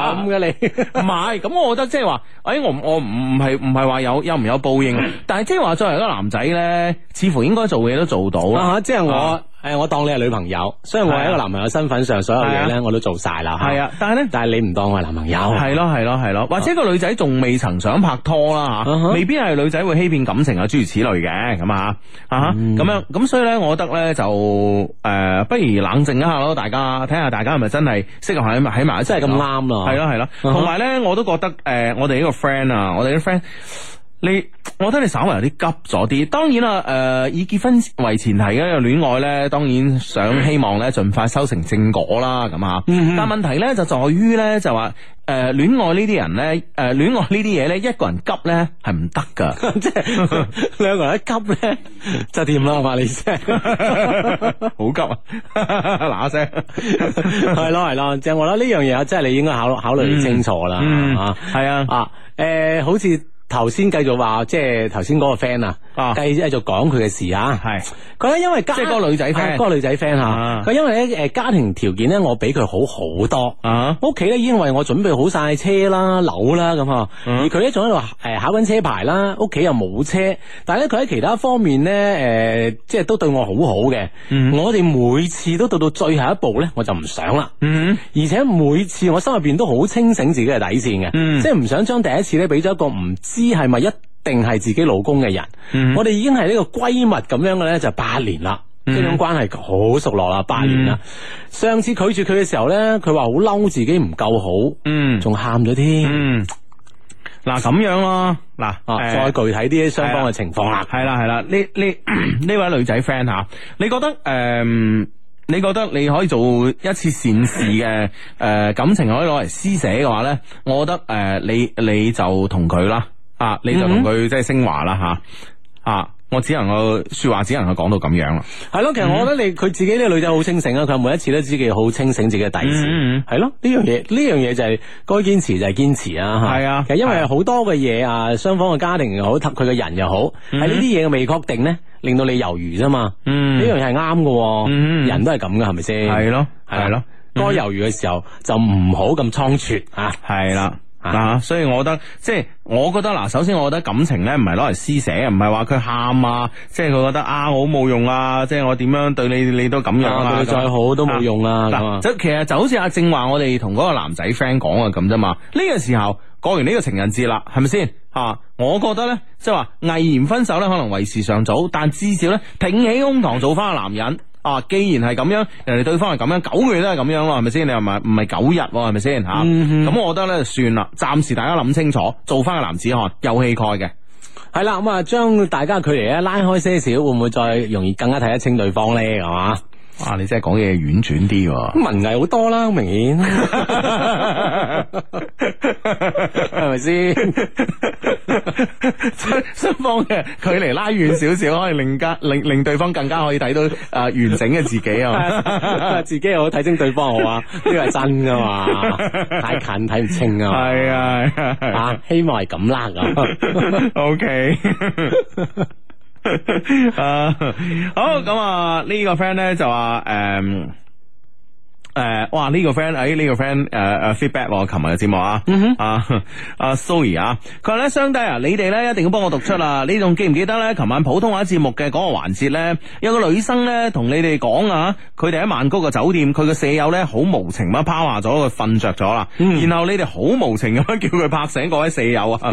Speaker 3: 咁嘅你。
Speaker 1: 唔係，咁我覺得即係話，誒，我唔我唔唔係唔係話有有唔有報應，但係即係話作為一個男仔咧，似乎應該做嘅嘢都做到
Speaker 3: 啊
Speaker 1: 啦。
Speaker 3: 哈！即係我
Speaker 1: 啊
Speaker 3: 誒，我當你係女朋友，雖然我係一個男朋友身份上所有嘢
Speaker 1: 係
Speaker 3: 咧，我都做晒啦。
Speaker 1: 係啊，但係咧。
Speaker 3: 但係你唔當我係男朋友，
Speaker 1: 係啊咯係咯係咯，或者個女仔仲未曾想拍拖啦
Speaker 3: 啊
Speaker 1: 吓，
Speaker 3: 哈
Speaker 1: 未必係女仔會欺騙感情啊，諸如此類嘅咁啊啊哈
Speaker 3: 嗯
Speaker 1: 咁樣咁所以咧，我覺得咧就誒，不如冷靜一下咯，大家睇下大家係咪真係適合喺埋喺埋一齊
Speaker 3: 真係咁啱啦。
Speaker 1: 係 咯係咯，
Speaker 3: 哈
Speaker 1: 同埋咧我都覺得誒，我哋呢個 friend 啊，我哋啲 friend。你，我覺得你稍為有啲急咗啲。當然啦，誒、以結婚為前提嘅一個戀愛咧，當然想希望咧盡快修成正果啦，咁啊。但問題咧就在於咧，就話誒戀愛呢啲人咧，誒、呃、戀愛呢啲嘢咧，一個人急咧係唔得噶。
Speaker 3: 即係兩個人一急咧就掂啦，係嘛？你即係
Speaker 1: 好急啊！ 嗱聲，
Speaker 3: 係咯係咯，即係我覺得呢樣嘢真係你應該考考慮清楚啦。啊
Speaker 1: 係啊，
Speaker 3: 啊誒，好似頭先繼續話，即係頭先嗰個 friend
Speaker 1: 啊
Speaker 3: 啊，繼繼續講佢嘅事啊。
Speaker 1: 係
Speaker 3: 佢咧因為家
Speaker 1: 即係嗰個女仔 friend
Speaker 3: 啊嗰個女仔 friend
Speaker 1: 啊
Speaker 3: 吓，佢因為咧誒家庭條件咧，我比佢好好多。
Speaker 1: 啊，
Speaker 3: 屋企咧已經為我準備好晒車啦、樓啦咁啊，而佢咧仲喺度誒考緊車牌啦，屋企又冇車，但係咧佢喺其他方面咧誒、呃即係都對我好好嘅。我哋每次都到到最後一步咧，我就唔想啦。
Speaker 1: 嗯
Speaker 3: 而且每次我心入邊都好清醒自己嘅底線嘅，
Speaker 1: 嗯
Speaker 3: 即係唔想將第一次咧俾咗一個唔知係咪一定係自己老公嘅人。
Speaker 1: 嗯
Speaker 3: 我哋已經係呢個閨蜜咁樣嘅咧，就八年啦。呢種關係好熟絡啦，八年
Speaker 1: 嗯
Speaker 3: 啦。上次拒絕佢嘅時候咧，佢話好嬲自己唔夠好，
Speaker 1: 嗯
Speaker 3: 仲喊咗添。
Speaker 1: 嗯，嗱咁樣咯，嗱，
Speaker 3: 啊，
Speaker 1: 誒
Speaker 3: 再具體啲雙方嘅情況啦。
Speaker 1: 係啦係啦，呢 呢呢位女仔 friend 吓，你覺得誒、嗯你覺得你可以做一次善事嘅誒、呃感情可以攞嚟施捨嘅話咧，我覺得誒、呃你你就同佢啦，啊你就同佢即係升華啦吓，啊我只能夠說話只能夠講到咁樣啦。
Speaker 3: 係咯，其實
Speaker 1: 嗯
Speaker 3: 我覺得你佢自己呢個女仔好清醒啊，佢每一次都知己好清醒自己嘅底
Speaker 1: 嗯嗯嗯
Speaker 3: 線。係咯，呢樣嘢呢樣嘢就係該堅持就係堅持啊。嚇
Speaker 1: 係啊
Speaker 3: 其實因為好多嘅嘢啊，雙方嘅家庭又好，佢嘅人又好，喺呢啲嘢嘅未確定咧，令到你猶豫啫嘛。
Speaker 1: 嗯
Speaker 3: 呢樣嘢係啱嘅
Speaker 1: 嗯嗯
Speaker 3: 喎，人都係咁嘅，係咪先？
Speaker 1: 係咯
Speaker 3: 係
Speaker 1: 係咯
Speaker 3: 咯，該猶豫嘅時候就唔好咁倉促啊。
Speaker 1: 係啦。啊，所以我覺得即係我覺得嗱，首先我覺得感情咧唔係攞嚟施捨，唔係話佢喊啊，即係佢覺得啊我好冇用啊，即係我點樣對你你都咁樣
Speaker 3: 啊
Speaker 1: 啊，
Speaker 3: 對你再
Speaker 1: 咁
Speaker 3: 好都冇用啦咁
Speaker 1: 嗱，
Speaker 3: 啊
Speaker 1: 就其實就好似阿正話，我哋同嗰個男仔 friend 講啊咁啫嘛。呢個時候過完呢個情人節啦，係咪先？啊，我覺得咧，即係話毅然分手咧，可能為時尚早，但至少咧挺起胸膛做翻個男人。啊，既然係咁樣，人哋對方係咁樣，九個月都係咁樣咯，係咪先？你又唔係唔係九日喎，係咪先？吓、
Speaker 3: 嗯
Speaker 1: 咁我覺得咧，算啦，暫時大家諗清楚，做翻個男子漢，有氣概嘅。
Speaker 3: 系啦，咁啊，將大家距離咧拉開些少，會唔會再容易更加睇得清對方咧？係嘛，
Speaker 1: 哇，啊你真係講嘢婉轉啲喎。
Speaker 3: 文藝好多啦，好明顯係咪先？
Speaker 1: 雙 雙方嘅距離拉遠少少，可以令加令令對方更加可以睇到誒、呃完整嘅自己啊！
Speaker 3: 自己又好睇清對方好啊，呢個係真噶嘛，太近睇唔清啊 嘛，
Speaker 1: 係啊，係啊
Speaker 3: 啊，希望係咁啦咁。
Speaker 1: O K。啊，好咁啊，呢個 friend 咧就話誒。誒、呃哇！呢、個 friend，誒、呢、個 friend，誒、誒 feedback 我琴日嘅節目啊，啊啊 sorry 啊，佢話咧雙低啊，你哋咧一定要幫我讀出啊！你仲記唔記得咧？琴晚普通話節目嘅嗰個環節咧，有個女生咧同你哋講啊，佢哋喺曼谷嘅酒店，佢個舍友咧好無情咁樣啊拋下咗佢，瞓着咗啦，然後你哋好無情咁樣叫佢拍醒嗰位舍友啊，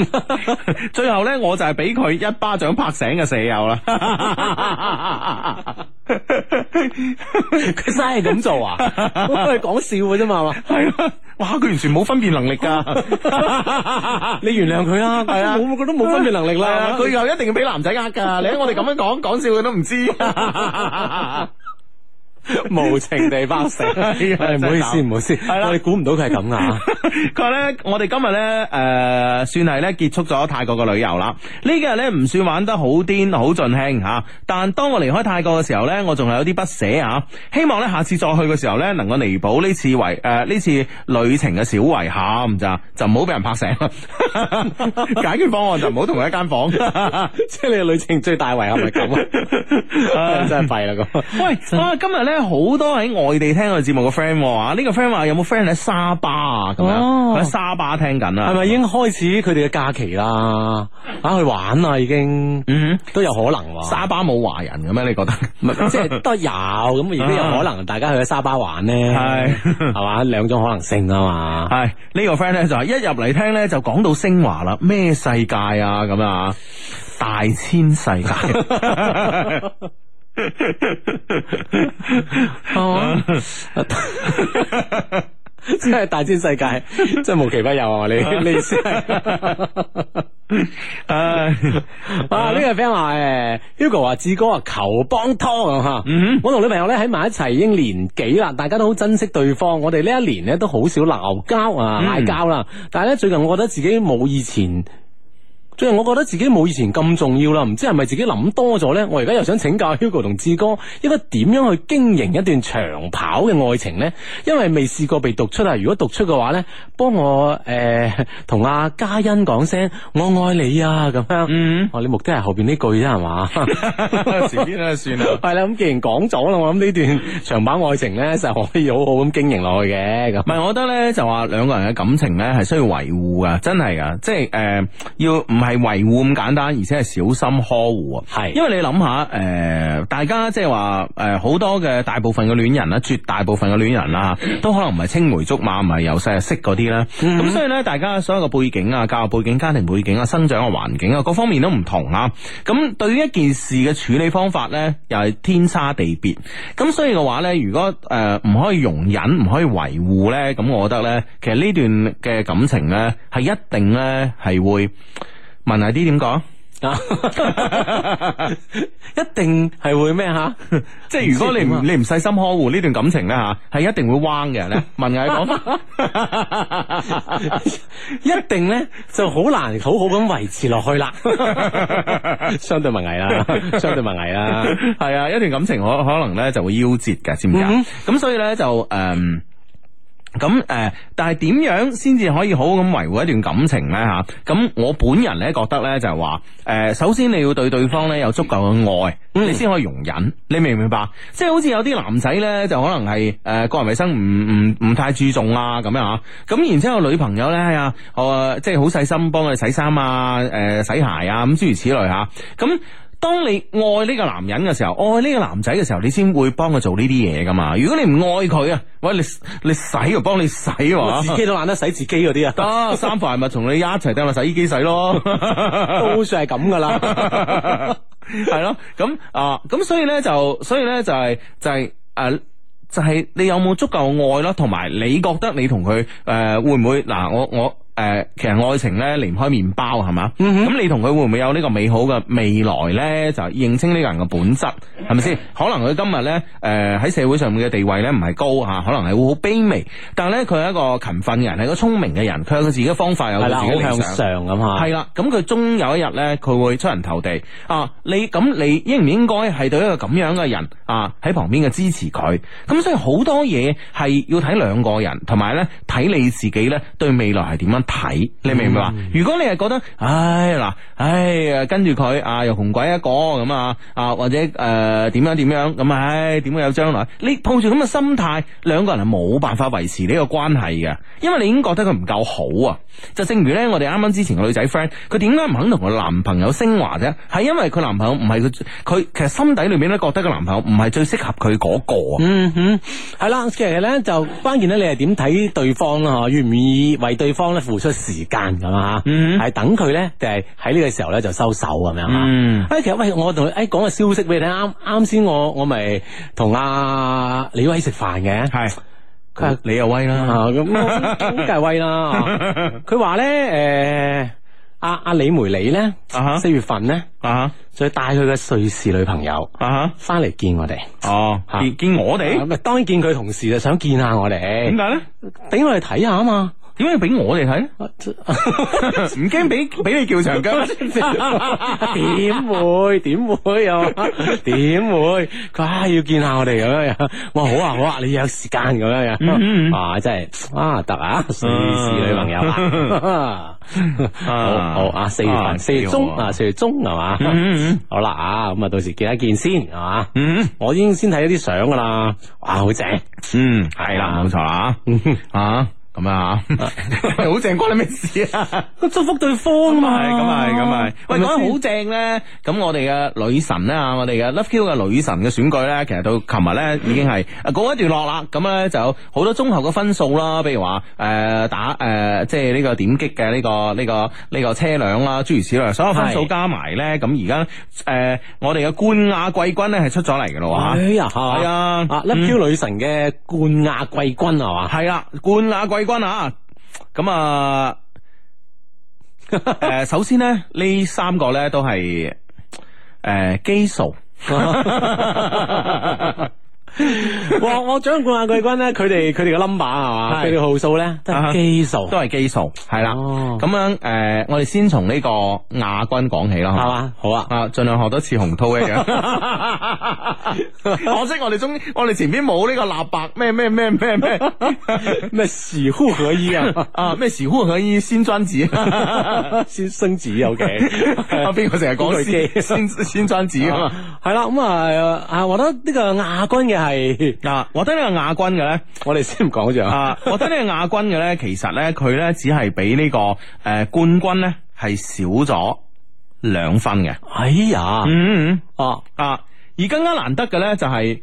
Speaker 1: 最後咧我就係俾佢一巴掌拍醒嘅舍友啦。
Speaker 3: 佢真係咁做啊？佢講笑嘅啫嘛，係
Speaker 1: 係啊，哇！佢完全冇分辨能力 噶，
Speaker 3: 嘛？你原諒佢啦，係啊，我覺得冇分別能力
Speaker 1: 係啊
Speaker 3: 啦，
Speaker 1: 佢以後一定要俾男仔呃 噶。你睇我哋咁樣講講笑，佢都唔知。
Speaker 3: 無情地包死，
Speaker 1: 係啊
Speaker 3: 唉唔好意思，
Speaker 1: 真係慘
Speaker 3: 唔好意思，
Speaker 1: 係啦
Speaker 3: 我哋估唔到佢係咁啊噶。
Speaker 1: 佢話咧，我哋今日咧，誒、算係咧結束咗泰國嘅旅遊啦。呢幾日咧唔算玩得好癲、好盡興嚇，但當我離開泰國嘅時候咧，我仲係有啲不捨嚇。希望咧下次再去嘅時候咧，能夠彌補呢次遺誒呢次旅程嘅小遺憾咋，就唔好俾人拍醒 啦。解決方案就唔好同佢一間房。
Speaker 3: 即係你嘅旅程最大遺憾係咁啊，真 係弊啦咁。
Speaker 1: 喂，啊，今日咧好多喺外地聽我哋節目嘅 friend 喎啊，呢、個 friend 話有冇 friend 喺沙巴啊？咁樣
Speaker 3: 哦
Speaker 1: 佢喺沙巴聽緊啊，
Speaker 3: 係咪已？經開始佢哋嘅假期啦？啊，去玩啦已經，
Speaker 1: 嗯
Speaker 3: 都有可能
Speaker 1: 哼，
Speaker 3: 喎。
Speaker 1: 沙巴冇華人嘅咩？你覺得？
Speaker 3: 唔係即係都有咁，亦都有可能大家去咗沙巴玩咧，
Speaker 1: 係
Speaker 3: 係嘛兩種可能性啊嘛。
Speaker 1: 係 呢、個 friend 咧就話一入嚟聽咧就講到升華啦，咩世界啊咁啊，大千世 界。
Speaker 3: 真係大千世界，真係無奇不有啊！你你意思係
Speaker 1: 唉，
Speaker 3: 啊？呢個 friend 話誒，Hugo 話志哥啊，求幫拖咁吓。我同女朋友咧喺埋一齊已經年幾啦，大家都好珍惜對方。我哋呢一年咧都好少鬧交啊，嗌交啦。但係咧最近我覺得自己冇以前。最近我覺得自己冇以前咁重要啦，唔知係咪自己諗多咗呢？我而家又想請教 Hugo 同志哥，應該點樣去經營一段長跑嘅愛情呢？因為未試過被讀出啊！如果讀出嘅話呢，幫我誒同阿嘉欣講聲我愛你啊咁樣。
Speaker 1: 嗯，
Speaker 3: 哦，你目的係後邊呢句啫係嘛？
Speaker 1: 隨便啦，算啦。
Speaker 3: 係啦，咁既然講咗啦，我諗呢段長跑愛情呢，就可以好好咁經營落去嘅咁
Speaker 1: 唔。係，我覺得咧就話兩個人嘅感情咧係需要維護噶，真係噶，即係誒、呃要唔係維護咁簡單，而且係小心呵護啊。
Speaker 3: 係
Speaker 1: 因為你諗下誒，大家即係話誒好多嘅大部分嘅戀人啦，絕大部分嘅戀人啦，都可能唔係青梅竹馬，唔係由細就識嗰啲啦。咁、所以咧，大家所有嘅背景啊、教育背景、家庭背景啊、生長嘅環境啊，各方面都唔同啊。咁對於一件事嘅處理方法咧，又係天差地別。咁所以嘅話咧，如果誒唔、可以容忍、唔可以維護咧，咁我覺得咧，其實呢段嘅感情咧，係一定咧係會問下啲點講？
Speaker 3: 啊， 一定係會咩吓？
Speaker 1: 即係如果你
Speaker 3: 啊
Speaker 1: 唔你唔細心呵護呢段感情咧吓，係一定會彎嘅咧。問下你講法，
Speaker 3: 一定咧就好難好好咁維持落去啦。 相對文藝啦， 相對文藝啦。
Speaker 1: 係啊，一段感情可可能咧就會夭折嘅，知唔知啊？咁、所以咧就誒。咁誒、呃但係點樣先至可以好好咁維護一段感情呢？嚇、咁我本人咧覺得呢，就係話，誒首先你要對對方呢有足夠嘅愛，你先可以容忍。你明唔明白？即係好似有啲男仔呢，就可能係誒、呃、個人衞生唔唔唔太注重啊咁樣嚇。咁然之後女朋友呢，係啊，呃即係好細心幫佢洗衫啊、誒、洗鞋啊咁諸如此類嚇。咁當你愛呢個男人嘅時候，愛呢個男仔嘅時候，你先會幫佢做呢啲嘢噶嘛。如果你唔愛佢啊，喂，你你洗就幫你洗喎，
Speaker 3: 我自己都懶得洗自己嗰啲 啊，
Speaker 1: 得衫褲鞋襪同你一齊掟埋洗衣機洗咯。
Speaker 3: 都算係咁噶 啦。
Speaker 1: 系咯，咁啊，咁所以咧就，所以咧就係就係誒。就係你有冇足夠愛咯，同埋你覺得你同佢誒會唔會嗱、我我誒、呃其實愛情咧離唔開麵包係嘛？咁、
Speaker 3: 嗯
Speaker 1: 你同佢會唔會有呢個美好嘅未來咧？就認清呢個人嘅本質係咪先？可能佢今日咧誒喺社會上面嘅地位咧唔係高嚇、可能係會好卑微，但係咧佢係一個勤奮嘅人，係一個聰明嘅人，佢有佢自己嘅方法，有
Speaker 3: 係
Speaker 1: 佢
Speaker 3: 啦，
Speaker 1: 自己嘅
Speaker 3: 好
Speaker 1: 理
Speaker 3: 向
Speaker 1: 想。
Speaker 3: 上咁吓。
Speaker 1: 系啦，咁佢終有一日咧，佢會出人頭地啊！你咁你應唔應該係對一個咁樣嘅人啊喺旁邊嘅支持佢？咁所以好多嘢係要睇兩個人，同埋咧睇你自己咧對未來係點樣睇，你明唔明白？如果你係覺得唉嗱，唉跟住佢啊又窮鬼一個咁啊啊或者誒點、樣點樣咁啊唉點會有將來？你抱住咁嘅心態，兩個人係冇辦法維持呢個關係嘅，因為你已經覺得佢唔夠好啊。就正如咧，我哋啱啱之前個女仔 friend，佢點解唔肯同佢男朋友升華啫？係因為佢男朋友唔係佢，佢其實心底裏面咧覺得個男朋友唔係最適合佢嗰個啊。
Speaker 3: 嗯哼，系啦，其實咧就關鍵咧，你係點睇對方啊啦？嗬，願唔願意為對方咧付出時間咁啊？
Speaker 1: 嗯
Speaker 3: 係等佢咧，定係喺呢個時候咧就收手咁樣啊？
Speaker 1: 嗯
Speaker 3: 哎，其實喂，我同佢哎講個消息俾你聽，啱啱先我我咪同阿李威食飯嘅，
Speaker 1: 係
Speaker 3: 佢
Speaker 1: 你又威啦，
Speaker 3: 啊 咁咁梗係威啦。啊佢話咧，诶，阿阿李梅里咧
Speaker 1: 啊哈，
Speaker 3: 四月份咧
Speaker 1: 啊
Speaker 3: 就帶佢嘅瑞士女朋友
Speaker 1: 啊
Speaker 3: 翻嚟見我哋，
Speaker 1: 哦，
Speaker 3: 啊
Speaker 1: 見見我哋
Speaker 3: 咁啊當然見佢同事就想見下我哋
Speaker 1: 點。解咧？
Speaker 3: 俾我哋睇下 啊嘛。
Speaker 1: 點解要俾我哋睇咧？唔驚俾俾你叫長腳？
Speaker 3: 點會？點會啊？點會？佢話啊要見下我哋咁樣樣。哇，好啊，好啊，你有時間咁樣
Speaker 1: 嗯嗯
Speaker 3: 樣。啊，真係啊，得啊，瑞士女朋友啊， 好好啊，四月
Speaker 1: 嗯啊
Speaker 3: 份，四月中
Speaker 1: 幾好啊
Speaker 3: 啊，四月中係嘛
Speaker 1: 嗯嗯？
Speaker 3: 好啦啊，咁啊，到時見一見先係嘛？
Speaker 1: 嗯
Speaker 3: 我已經先睇咗啲相噶啦，哇，好正！
Speaker 1: 嗯，係啦，冇錯 啦啊啊。咁啊， 好正關你咩事啊？
Speaker 3: 祝福對方
Speaker 1: 咁係咁係咁啊係，啊喂，講
Speaker 3: 好
Speaker 1: 得。好正咧，咁我哋嘅女神咧，我哋嘅 Love Q 嘅女神嘅選舉咧，其實到琴日咧已經 係啊告一段落啦，咁咧就好多綜合嘅分數啦，譬如話誒、呃打誒、呃即係呢個點擊嘅呢、個呢、個呢、個車輛啦，諸如此類，所有分數
Speaker 3: 係
Speaker 1: 加埋咧，咁而家誒呃我哋嘅冠亞季軍咧係出咗嚟嘅咯喎。
Speaker 3: 哎呀，係
Speaker 1: 係啊
Speaker 3: 啊，Love Q 女神嘅冠亞季軍係嘛？
Speaker 1: 系啦，冠亞季軍啊，咁 啊，诶、首先咧，呢三個咧都係诶基數，
Speaker 3: 哇！我獎冠亞季軍咧，佢 哋佢哋嘅 number 啊係嘛？
Speaker 1: 係
Speaker 3: 佢哋號數咧都
Speaker 1: 啊哈
Speaker 3: 係基數，
Speaker 1: 都係基數，係啦。
Speaker 3: 哦
Speaker 1: 咁樣诶、誒我哋先從呢個亞軍講起啦，
Speaker 3: 係
Speaker 1: 好嘛
Speaker 3: 嘛？好啊，
Speaker 1: 啊，尽量學多次洪涛一樣。可惜我哋中，我哋前邊冇呢個立白咩咩咩咩咩
Speaker 3: 咩時乎合一啊？
Speaker 1: 啊咩時空可以先專輯。
Speaker 3: 先生子 OK。
Speaker 1: 啊，边個成日講
Speaker 3: 古巨基
Speaker 1: 先先先专子啊嘛？
Speaker 3: 係啦，咁啊啊，我覺得呢個亞軍嘅係
Speaker 1: 嗱，我啊覺得呢個亞軍嘅咧，
Speaker 3: 我哋先唔講住啊。
Speaker 1: 啊，我覺得呢個亞軍嘅咧，其實咧佢咧只係比呢、個誒、呃冠軍咧係少咗兩分嘅。
Speaker 3: 哎呀，
Speaker 1: 嗯嗯
Speaker 3: 哦
Speaker 1: 嗯啊，而更加難得嘅咧就係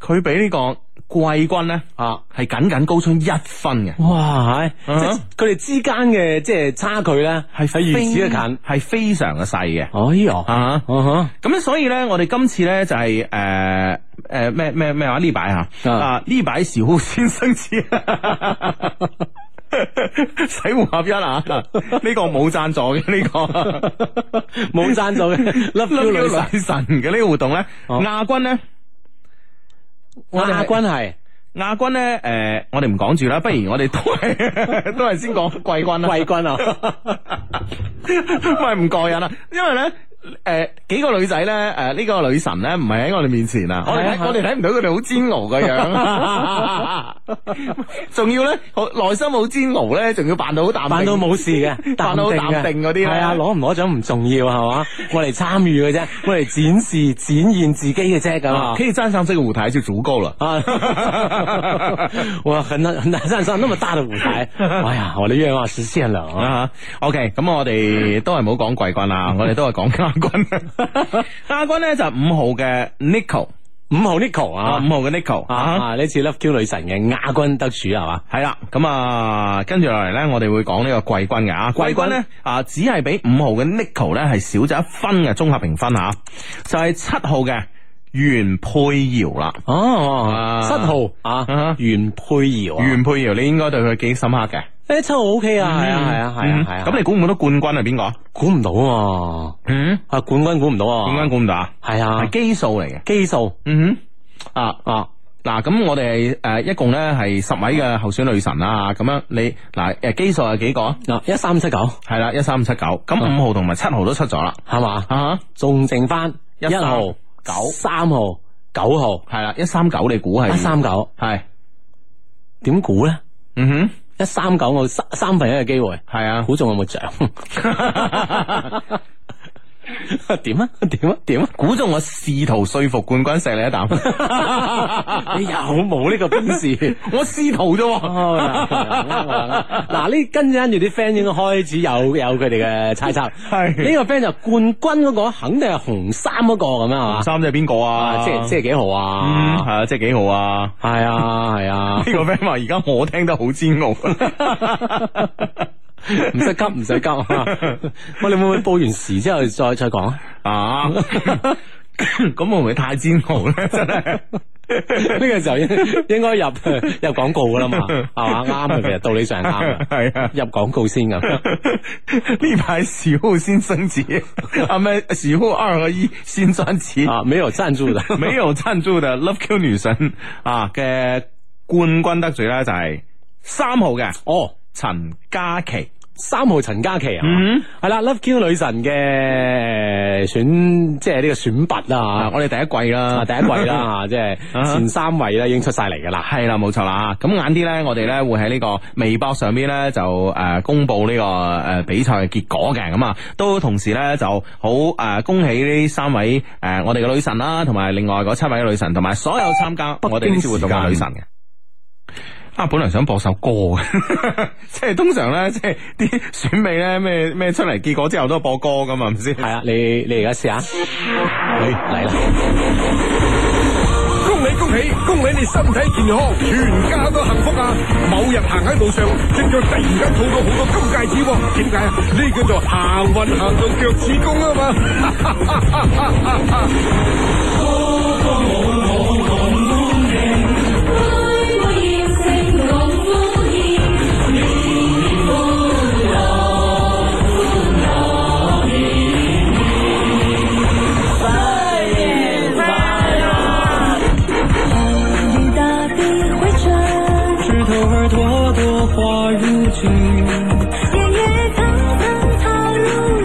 Speaker 1: 佢比呢個季軍咧
Speaker 3: 啊。
Speaker 1: 係僅僅高出一分嘅。
Speaker 3: 哇！係即
Speaker 1: 啊哈
Speaker 3: 係佢哋之間嘅即係差距咧，係係如此嘅啊近。
Speaker 1: 係非常嘅細嘅。
Speaker 3: 哎呀，
Speaker 1: 啊，
Speaker 3: 啊哈，
Speaker 1: 咁所以咧，我哋今次咧就係誒誒咩咩咩話呢擺嚇
Speaker 3: 啊
Speaker 1: 啊呢擺小先生似。洗護合一啊！呢、個冇贊助嘅呢、個
Speaker 3: 冇贊助 嘅 Love
Speaker 1: Love
Speaker 3: You 女
Speaker 1: You
Speaker 3: 神，
Speaker 1: 女神嘅呢個活動咧，
Speaker 3: 哦
Speaker 1: 亞軍咧
Speaker 3: 我
Speaker 1: 哋係
Speaker 3: 亞軍啊係
Speaker 1: 亞軍咧誒、呃我哋唔講住 啦，不如我哋都係都 係先講季軍啦。
Speaker 3: 季軍啊！
Speaker 1: 啊喂，唔過癮啦，因為咧。诶幾個女仔咧，诶呢個女神咧，唔係喺我哋面前啊，我哋睇我哋睇唔到佢哋好煎熬嘅 樣，仲要咧好內心好煎熬咧，仲要扮到好淡定，
Speaker 3: 扮到冇事 嘅，
Speaker 1: 扮到好淡定嗰啲咧
Speaker 3: 系啊，攞唔攞獎唔重要啊係 嘛，我嚟參與嘅啫，我嚟展示展現自己嘅啫咁啊
Speaker 1: 啊，可。以站上这个舞台就足夠了。
Speaker 3: 啊， 我啊很难很难站上那么大的舞 台，哎呀，我的愿望实现了啊！
Speaker 1: 啊，OK，咁我哋都系唔好讲季军 啦，我哋都系讲亚 军。亚军咧就五號嘅 Nico
Speaker 3: 五號 Nico
Speaker 1: 啊，
Speaker 3: 啊，
Speaker 1: 五號嘅 Nico
Speaker 3: 啊
Speaker 1: 啊。
Speaker 3: 啊呢次 Love Q 女神嘅亞軍得主係嘛？
Speaker 1: 系啦，咁啊，跟住落嚟咧，我哋會講呢個季軍嘅啊，季
Speaker 3: 軍
Speaker 1: 軍咧啊，只係比五號嘅 Nico 咧係少咗一分嘅綜合評分吓，就係七號嘅袁佩瑤啦。
Speaker 3: 哦
Speaker 1: 啊
Speaker 3: 七號
Speaker 1: 啊
Speaker 3: 啊，袁佩瑤啊，
Speaker 1: 袁嗯佩瑤，你應該對佢幾深刻嘅，
Speaker 3: 誒七號 OK 啊，係啊係啊係啊係啊，
Speaker 1: 咁你估唔估到冠軍係邊個？
Speaker 3: 估唔到啊，
Speaker 1: 嗯，
Speaker 3: 啊冠軍估唔到啊，
Speaker 1: 冠軍估唔到啊，
Speaker 3: 係啊
Speaker 1: 係，基數嚟嘅。
Speaker 3: 基數
Speaker 1: 嗯哼，啊
Speaker 3: 啊，
Speaker 1: 嗱，咁我哋誒、呃一共咧係十位嘅候選女神啦，咁樣你嗱誒基數係幾個啊？
Speaker 3: 嗱一三七九
Speaker 1: 係啦，一三五七九，咁
Speaker 3: 啊
Speaker 1: 五號同埋七號都出咗啦，
Speaker 3: 係嘛，
Speaker 1: 啊
Speaker 3: 仲剩翻
Speaker 1: 一
Speaker 3: 一號、
Speaker 1: 九
Speaker 3: 三號、九號、
Speaker 1: 哈，係啦，一三九你估係
Speaker 3: 一三九，
Speaker 1: 係，
Speaker 3: 點估咧？
Speaker 1: 嗯
Speaker 3: 一三九我三三分一嘅機會，
Speaker 1: 哼，係啊，
Speaker 3: 估中有冇獎？ 點啊點 啊點啊！
Speaker 1: 估中我試圖說服冠軍錫你一 啖，
Speaker 3: 你有冇呢個本事？
Speaker 1: 我試圖啫喎，
Speaker 3: 哦 嗱，呢跟住跟住啲 friend 應該開始有有佢哋嘅猜測。
Speaker 1: 係
Speaker 3: 呢個 friend 就冠軍嗰個肯定係紅衫嗰個咁樣係 嘛？
Speaker 1: 三隻邊個
Speaker 3: 啊
Speaker 1: 啊？
Speaker 3: 即係即係幾號
Speaker 1: 嗯，
Speaker 3: 啊？
Speaker 1: 係啊，即係幾好 啊？
Speaker 3: 係啊係啊
Speaker 1: 呢，個 friend 話：而家我聽得好煎 熬。
Speaker 3: 唔使急唔使 急。我哋會唔會報完時之後再再講啊？
Speaker 1: 啊，咁會唔會太煎熬咧？真係。
Speaker 3: 呢個時候應應該入入廣告噶啦嘛，係嘛啱啊 嘅，其實道理上係啱嘅。
Speaker 1: 係啊，
Speaker 3: 入廣告先 咁，
Speaker 1: 呢排小户先升级，啊咩小户二合一新专辑，
Speaker 3: 啊，沒有贊助的，
Speaker 1: 没有赞助嘅 Love Q 女神啊嘅冠軍得主咧就係三號嘅
Speaker 3: 哦，
Speaker 1: 陳嘉琪，
Speaker 3: 三號陳嘉琪啊
Speaker 1: 嗯，
Speaker 3: 係啦，Love Q 女神嘅選，即係呢個選拔啦
Speaker 1: 啊
Speaker 3: 嚇
Speaker 1: 我哋第一季
Speaker 3: 啊，
Speaker 1: 啦，
Speaker 3: 第一位啦 嚇，即係前三位咧已經出晒嚟噶啦，
Speaker 1: 係啦，冇錯啦。咁晏啲咧，我哋咧會喺呢個微博上邊咧就誒、呃公佈呢、個誒、呃比賽嘅結果嘅。咁啊，都同時咧就好誒、呃恭喜呢三位誒、呃我哋嘅女神啦，同埋另外嗰七位嘅女神，同埋所有參加我哋呢次活動嘅女神嘅。啊，本來想播首歌嘅，啊即係通常咧，即係啲選美咧咩咩出嚟結果之後都係播歌噶嘛，係咪先？
Speaker 3: 係啊，你你而家試下，嚟嚟啦，
Speaker 4: 恭喜恭喜恭喜你身體健康，全家都幸福啊！某日行喺路上，隻腳突然間套到好多金戒指喎，點解啊？呢叫做行運行到腳趾公啊嘛！
Speaker 5: 雨大地灰尘，
Speaker 2: 枝头儿朵朵花如锦。
Speaker 5: 烟叶层层草如茵。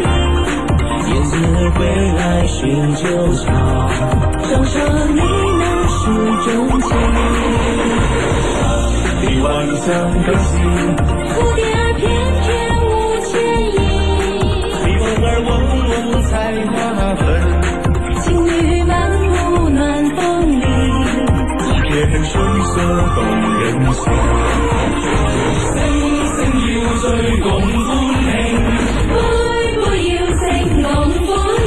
Speaker 2: 燕子儿归来寻旧巢，
Speaker 5: 常说你能书中情，
Speaker 2: 你万象更新，
Speaker 5: 蝴蝶儿翩翩舞千影，
Speaker 2: 蜜蜂儿嗡嗡采花粉，
Speaker 5: 情侣漫步暖风里。
Speaker 2: 一片春色动人心。
Speaker 5: 杯杯要正昂歡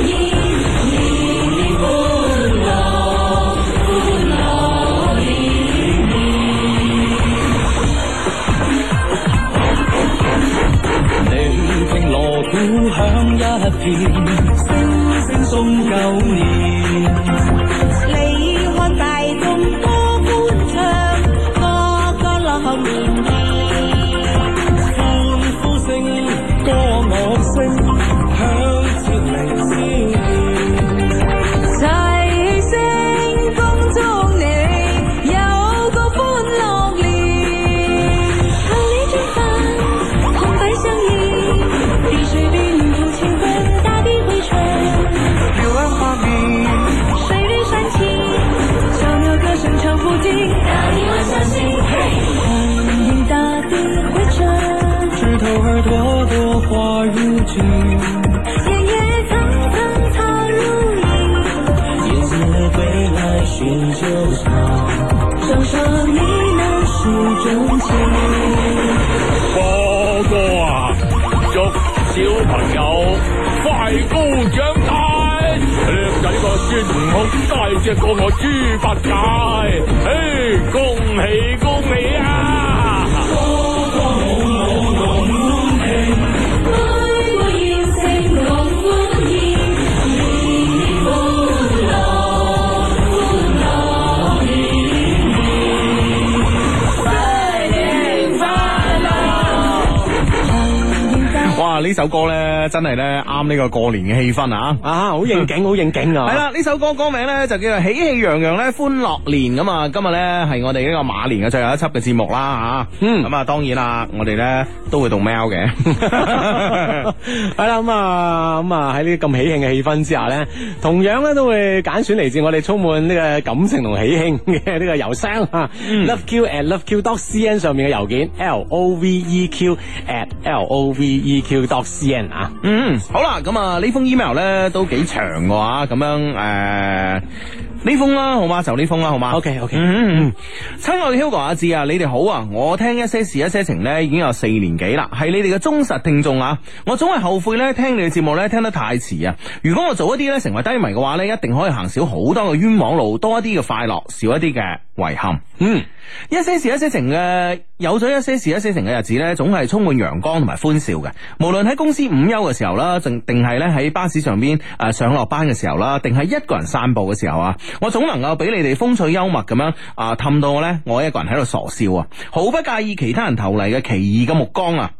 Speaker 5: 宴，年年歡樂歡樂年。
Speaker 2: 你聽鑼鼓響一片，聲聲送舊年。
Speaker 5: 你看大眾歌歡唱，個個樂年
Speaker 2: 歡呼聲、歌樂聲響徹靈仙。
Speaker 5: 齊聲恭祝你有個歡樂年。合力振奮，紅白相映，碧水碧舞，千分大地。天，打電話上先，狂言大跌會唱。
Speaker 2: 枝头儿朵朵花如锦。
Speaker 5: 夜夜层层擦入眼，
Speaker 2: 燕子归来寻旧巢，
Speaker 5: 双双呢喃诉衷情。
Speaker 6: 哥哥啊，祝小朋友快高長大，叻仔個孫悟空大隻過我豬八戒，嘿，恭喜恭喜啊！
Speaker 5: 杯杯要盛樂歡宴，年年歡樂歡樂年年。新年快樂！
Speaker 1: 哇！呢首歌咧真係咧啱呢個過年嘅氣氛啊！
Speaker 3: 啊，好應景，好應景啊！
Speaker 1: 系，啦，呢首歌歌名咧就叫做喜氣洋洋咧歡樂年咁啊！今日咧係我哋呢個馬年嘅最後一輯嘅節目啦吓，
Speaker 3: 嗯
Speaker 1: 咁啊當然啦，我哋咧都會動喵嘅，
Speaker 3: 係啦，咁啊，咁啊，喺呢咁喜慶嘅氣氛之下咧，同樣咧都會揀選嚟自我哋充滿呢個感情同喜慶嘅呢個郵箱啊，loveq at loveq dot cn 上面嘅郵件，l o v e q at l o v e q dot cn 啊，
Speaker 1: 嗯，好啦，咁啊呢封 email 咧都幾長嘅話，咁樣诶。呃呢封啦，好嘛，就呢封啦，好嘛。
Speaker 3: OK，OK
Speaker 1: 嗯嗯嗯。亲爱嘅 Hugo 阿志啊，你哋好啊！我聽一些事一些情呢已經有四年幾啦，係你哋嘅忠實聽眾啊！我總係後悔呢聽你哋節目呢聽得太遲啊！如果我早一啲呢成為低迷嘅話呢，一定可以行少好多嘅冤枉路，多一啲嘅快樂，少一啲嘅遺憾。
Speaker 3: 嗯，
Speaker 1: 一些事一些情嘅有咗一些事一些情嘅日子呢，總係充滿陽光同埋歡笑嘅。無論喺公司午休嘅時候啦，定定係咧喺巴士上邊誒、呃上落班嘅時候啦，定係一個人散步嘅時候啊，我總能夠俾你哋風趣幽默咁樣啊氹到我呢，我一個人喺度傻笑啊，毫不介意其他人投嚟嘅奇異嘅目光啊！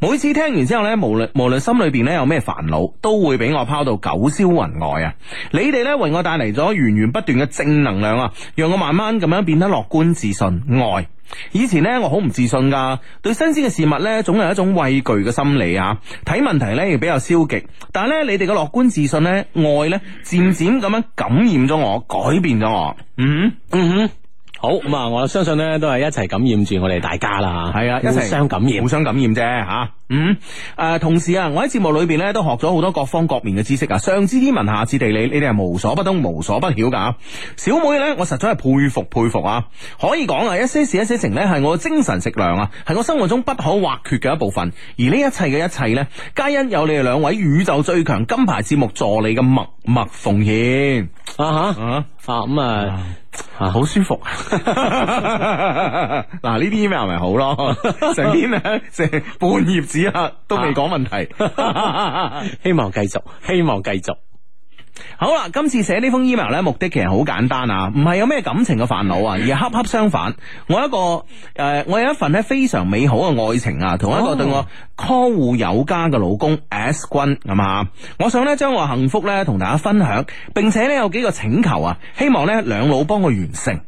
Speaker 1: 每次聽完之後呢，無論無論心裏邊呢有咩煩惱，都會俾我拋到九霄雲外啊！你哋呢為我帶嚟咗源源不斷嘅正能量啊，讓我慢慢咁樣變得樂觀、自信、愛。以前呢，我好唔自信噶，對新鮮嘅事物呢，總有一種畏懼嘅心理啊。睇問題呢，亦比較消極，但係呢，你哋嘅樂觀、自信呢，愛呢，漸漸咁樣感染咗我，改變咗我。嗯，
Speaker 3: 好，咁啊，我相信咧都係一齊感染住我哋大家啦，
Speaker 1: 係啊一齊
Speaker 3: 互相感染
Speaker 1: 互。相感染啫吓、嗯，诶、同時啊，我喺節目裏邊咧都學咗好多各方各面嘅知識啊，上知天文，下知地理，你哋係無所不通、無所不曉噶、啊。小妹咧，我實在係佩服佩服啊！可以講啊，一些事一些情咧係我精神食糧啊，係我生活中不可或缺嘅一部分。而呢一切嘅一切咧，皆因有你哋兩位宇宙最強金牌節目助理嘅默默奉獻
Speaker 3: 啊吓
Speaker 1: 啊！
Speaker 3: 啊咁啊，啊
Speaker 1: 好舒服。嗱，呢啲 email 咪好咯，成篇咧成半頁紙啦，都未講問題。
Speaker 3: 啊 希望繼續，希望繼續。
Speaker 1: 好啦，今次寫呢封 email 咧，目的其實好簡單啊，唔係有咩感情嘅煩惱啊，而係恰恰相反，我有一個诶、呃我有一份咧非常美好嘅愛情啊，同一個對我呵護有加嘅老公 S 君係嘛，我想咧將我幸福咧同大家分享，並且咧有幾個請求啊，希望咧兩老幫我完成。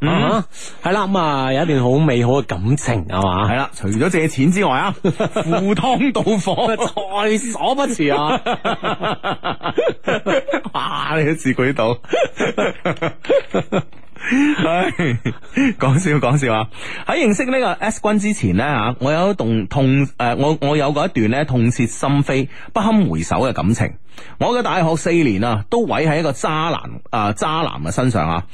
Speaker 3: 啊，系啦，咁啊有一段好美好嘅感情係嘛，
Speaker 1: 系啦，除咗借錢之外 啊，赴湯蹈火，
Speaker 3: 在所不辭啊！
Speaker 1: 哇！你都自佢到。 唉，講笑講笑啊！喺認識呢個 S 君之前呢，吓，我有一段痛诶、我我有過一段咧痛徹心扉、不堪回首嘅感情。我嘅大學四年啊，都毀喺一個渣男啊、渣男嘅身上啊！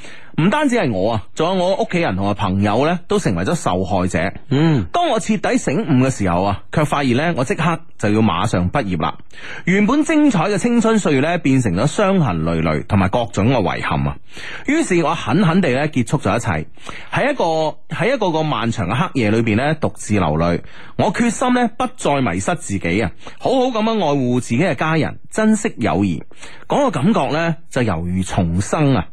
Speaker 1: 唔單止係我啊，仲有我屋企人同埋朋友咧，都成為咗受害者。
Speaker 3: 嗯，
Speaker 1: 當我徹底醒悟嘅時候啊，卻發現呢，我即刻就要馬上畢業啦。原本精彩嘅青春歲月呢，變成咗傷痕累累，同埋各種嘅遺憾啊。於是我狠狠地呢結束咗一切，喺一個喺一個個漫長嘅黑夜裏邊呢，獨自流淚。我決心呢，不再迷失自己啊，好好咁樣愛護自己嘅家人，珍惜友誼。嗰、個感覺呢，就猶如重生啊！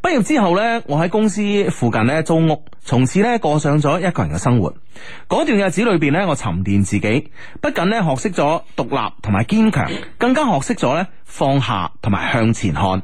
Speaker 1: 畢業之後呢，我喺公司附近呢租屋，從此呢過上咗一個人嘅生活。嗰段日子裏邊呢，我沉澱自己，不僅呢學識咗獨立同埋堅強，更加學識咗呢放下同埋向前看。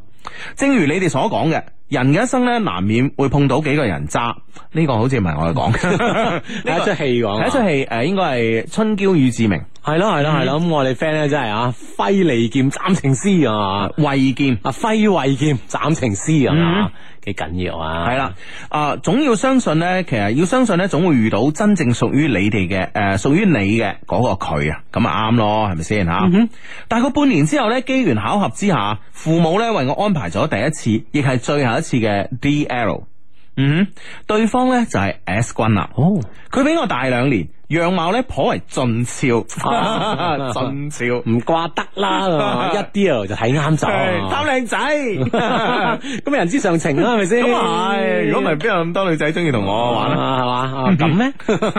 Speaker 1: 正如你哋所講嘅，人嘅一生呢，難免會碰到幾個人渣，呢、個好似唔係我哋講嘅，呢
Speaker 3: 係一出戲講啊
Speaker 1: 係一出戲誒，應該係《春嬌與志明》
Speaker 3: 系咯系咯系咯，咁我哋 friend 咧真系啊，揮利劍斬情絲啊，
Speaker 1: 慧劍。
Speaker 3: 啊揮慧劍斬情絲啊，幾緊要啊！
Speaker 1: 系啦，啊，总要相信咧，其實要相信咧，總會遇到真正屬於你哋嘅，诶、屬於你嘅嗰個佢啊，咁啊啱咯，係咪先吓？大概半年之後咧，機緣巧合之下，父母咧為我安排咗第一次，亦係最後一次嘅 D L。嗯哼，對方咧就係 S 君啦。哦，佢比我大兩年，樣貌咧頗為俊 俏，俊俏，
Speaker 3: 唔掛得 啦，一啲啊就睇啱咗，
Speaker 1: 貪靚仔。
Speaker 3: 咁人之常情啦，係咪 先？
Speaker 1: 咁啊係，如果唔係，邊有咁多女仔中意同我玩啊？
Speaker 3: 啊，係嘛？啊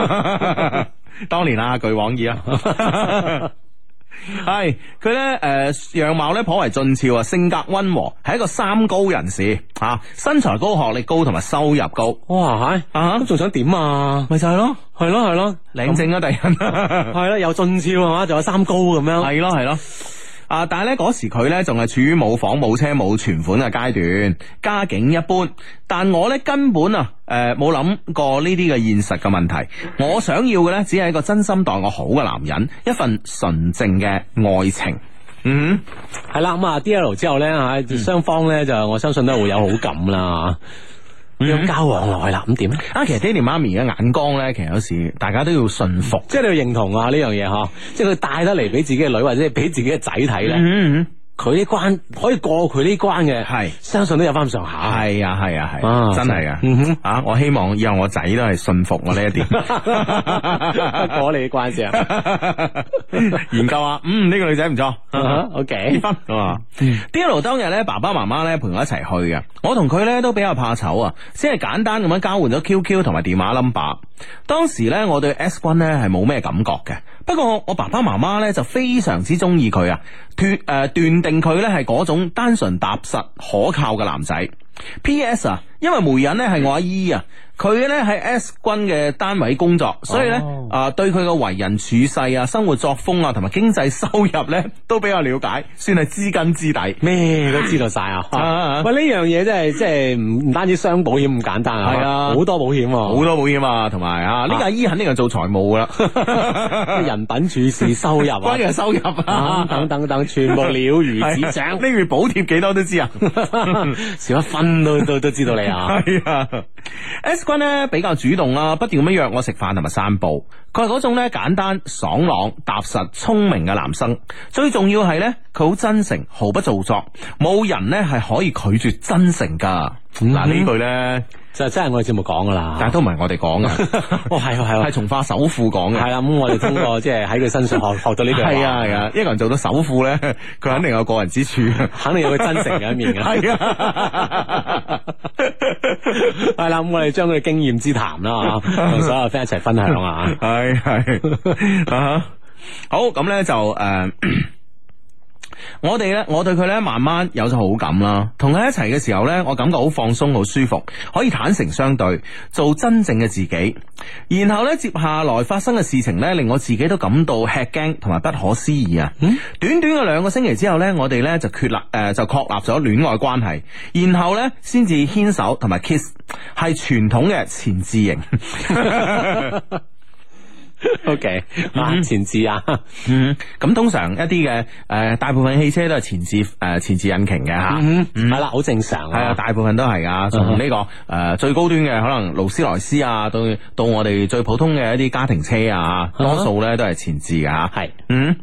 Speaker 3: 咁咩？
Speaker 1: 当年啊，巨往意啊。 系佢咧，诶、样貌咧颇为俊俏啊，性格温和，系一个三高人士吓、啊身材高、学历高同埋收入高，
Speaker 3: 哇，係
Speaker 1: 啊
Speaker 3: 咁仲想點啊？
Speaker 1: 咪就系咯，
Speaker 3: 係咯係咯，
Speaker 1: 领證啊，第
Speaker 3: 咁
Speaker 1: 人
Speaker 3: 係啦，有俊俏係嘛，仲有三高咁樣，
Speaker 1: 系咯系咯。啊！但系咧嗰時佢咧仲係處於冇房冇車冇存款嘅階段，家境一般。但我咧根本啊誒冇諗過呢啲嘅現實嘅問題。我想要嘅咧只係一個真心待我好嘅男人，一份純正嘅愛情。嗯
Speaker 3: 係啦，咁啊 D L 之後咧吓，雙方咧就我相信都會有好感啦，咁交往落去啦，咁點咧？
Speaker 1: 啊，其實爹哋媽咪嘅眼光咧，其實有時大家都要信服。
Speaker 3: 即係你要認同啊呢樣嘢嗬，嗯即係佢帶得嚟俾自己嘅女或者係俾自己嘅仔睇咧，
Speaker 1: 嗯嗯，
Speaker 3: 佢呢關可以過佢呢關嘅，
Speaker 1: 係
Speaker 3: 相信都有翻咁上下。
Speaker 1: 係啊係啊係
Speaker 3: 啊
Speaker 1: 啊，真係啊。
Speaker 3: 嗯哼
Speaker 1: 啊，我希望以後我仔都係信服我呢 一點。
Speaker 3: 過你關事啊
Speaker 1: 研究下，嗯，呢、個女仔唔錯。
Speaker 3: 啊，OK，
Speaker 1: 咁啊，Diego 當日咧，爸爸媽媽咧陪我一齊去嘅。我同佢咧都比較怕醜啊，先係簡單咁樣交換咗 QQ 同埋電話 number。當時咧，我對 S 君咧係冇咩感覺嘅。不過我爸爸媽媽咧就非常之中意佢啊，斷誒斷定佢咧係嗰種單純踏實可靠嘅男仔。P.S. 啊，因為媒人咧係我阿姨啊，佢咧喺 S 君嘅單位工作，所以咧啊對佢嘅為人處世啊、生活作風啊同埋經濟收入咧都比較了解，算係知根知底。
Speaker 3: 咩都知道晒
Speaker 1: 啊
Speaker 3: 啊！
Speaker 1: 啊
Speaker 3: 喂，呢樣嘢真係即係唔唔單止雙保險咁簡單啊，
Speaker 1: 係啊
Speaker 3: 好多保險喎，
Speaker 1: 好多保險啊，同埋啊，呢個阿姨肯定係做財務噶 啦，
Speaker 3: 人品處事收 入
Speaker 1: 關
Speaker 3: 啊。
Speaker 1: 鍵係收入
Speaker 3: 啊
Speaker 1: 啊，
Speaker 3: 等等等，全部了如 指掌，
Speaker 1: 呢月補貼幾多都知啊。
Speaker 3: 少一分都都都知道 你啊！
Speaker 1: 系啊，S 君咧比較主動啊啦，不斷咁樣約我食飯同埋散步。佢係嗰種咧簡單、爽朗、踏實、聰明嘅男生。最重要係咧，佢好真誠，毫不做作，冇人咧係可以拒絕真誠噶。
Speaker 3: 嗯
Speaker 1: 嗱呢句咧，
Speaker 3: 就真係我哋節目講噶
Speaker 1: 但
Speaker 3: 啦
Speaker 1: 係，都唔係我哋講 嘅，
Speaker 3: 哦係喎係
Speaker 1: 係
Speaker 3: 喎
Speaker 1: 從化首富講
Speaker 3: 係啊
Speaker 1: 嘅。
Speaker 3: 啦，咁我哋通過即係喺佢身 上學學到呢句話
Speaker 1: 係啊係啊，一個人做到首富咧，佢肯定有個人之處。
Speaker 3: 肯定有佢真誠嘅一面嘅。
Speaker 1: 係啊，
Speaker 3: 係啦，咁我哋將佢嘅經驗之 談啦，嚇同所有 friend 一齊分享啊！
Speaker 1: 系系啊，好咁咧就诶。呃我哋咧，我對佢咧慢慢有咗好感啦。同佢一齊嘅時候咧，我感覺好放鬆、好舒服，可以坦誠相對，做真正嘅自己。然後咧，接下來發生嘅事情咧，令我自己都感到吃驚同埋不可思議啊！短短嘅兩個星期之後咧，我哋咧就決立誒、呃就確立咗戀愛關係，然後咧先至牽手同埋 kiss，係傳統嘅前置型。
Speaker 3: O K，啊，前置啊，
Speaker 1: 嗯，咁通常一啲嘅诶，誒大部分汽車都係前置诶、誒前置引擎嘅吓，係
Speaker 3: 啊係啦，好正常
Speaker 1: 啊，
Speaker 3: 嗯啊。
Speaker 1: 大部分都嗯係噶，從呢、個诶最高端嘅可能勞斯萊斯啊，到到我哋最普通嘅一啲家庭車啊，多數咧都係前置噶吓，
Speaker 3: 係
Speaker 1: 嗯。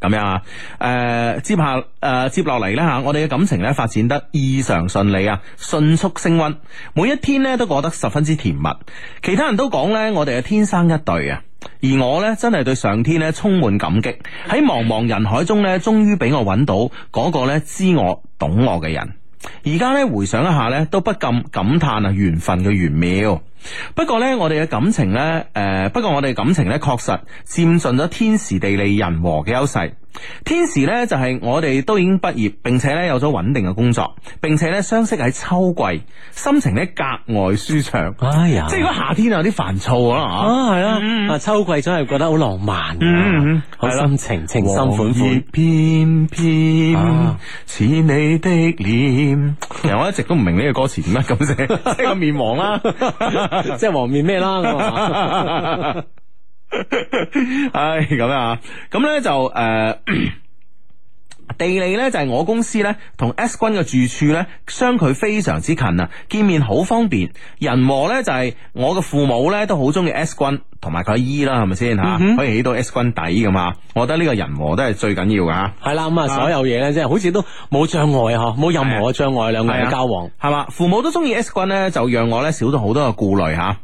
Speaker 1: 咁樣啊，诶、接下诶、誒接落嚟咧吓，我哋嘅感情咧發展得異常順利啊，迅速升温，每一天咧都過得十分之甜蜜。其他人都講咧，我哋係天生一對啊，而我咧真係對上天咧充滿感激。喺茫茫人海中咧，終於俾我揾到嗰個咧知我懂我嘅人。而家咧回想一下咧，都不禁感嘆啊緣分嘅玄妙。不過咧，我哋嘅感情咧，誒、不過我哋嘅感情咧，確實佔盡咗天時地利人和嘅優勢。天時咧就係、我哋都已經畢業，並且咧有咗穩定嘅工作，並且咧相識喺秋季，心情咧格外舒暢。
Speaker 3: 哎呀，
Speaker 1: 即係如果夏天有啲煩躁可能啊。
Speaker 3: 啊，係啦，啊，秋季真係覺得好浪漫
Speaker 1: 嗯
Speaker 3: 啊
Speaker 1: 嗯，
Speaker 3: 好心情，情深款
Speaker 1: 黃葉
Speaker 3: 款。
Speaker 1: 翩翩
Speaker 3: 啊，
Speaker 1: 似你的臉。其實我一直都唔明呢個歌詞點解咁 寫，即係個面黃啦。
Speaker 3: 即係黃面咩啦咁啊，
Speaker 1: 唉，咁樣啊，咁咧就诶。呃 地理呢，就係我公司呢，同 S 君嘅住處呢，相距非常之近啊，見面好方便。人和呢，就係我嘅父母呢，都好中意 S 君同埋佢阿姨啦，係咪先吓？可以起到 S 君底咁啊！我覺得呢個人和都係最緊要噶吓。
Speaker 3: 系啦，咁啊，所有嘢咧，即系好似都冇障礙啊嗬，冇任
Speaker 1: 啊
Speaker 3: 何嘅障礙，兩個人嘅交往。
Speaker 1: 系嘛，父母都中意 S 君咧，就讓我咧少咗好多嘅顧慮吓。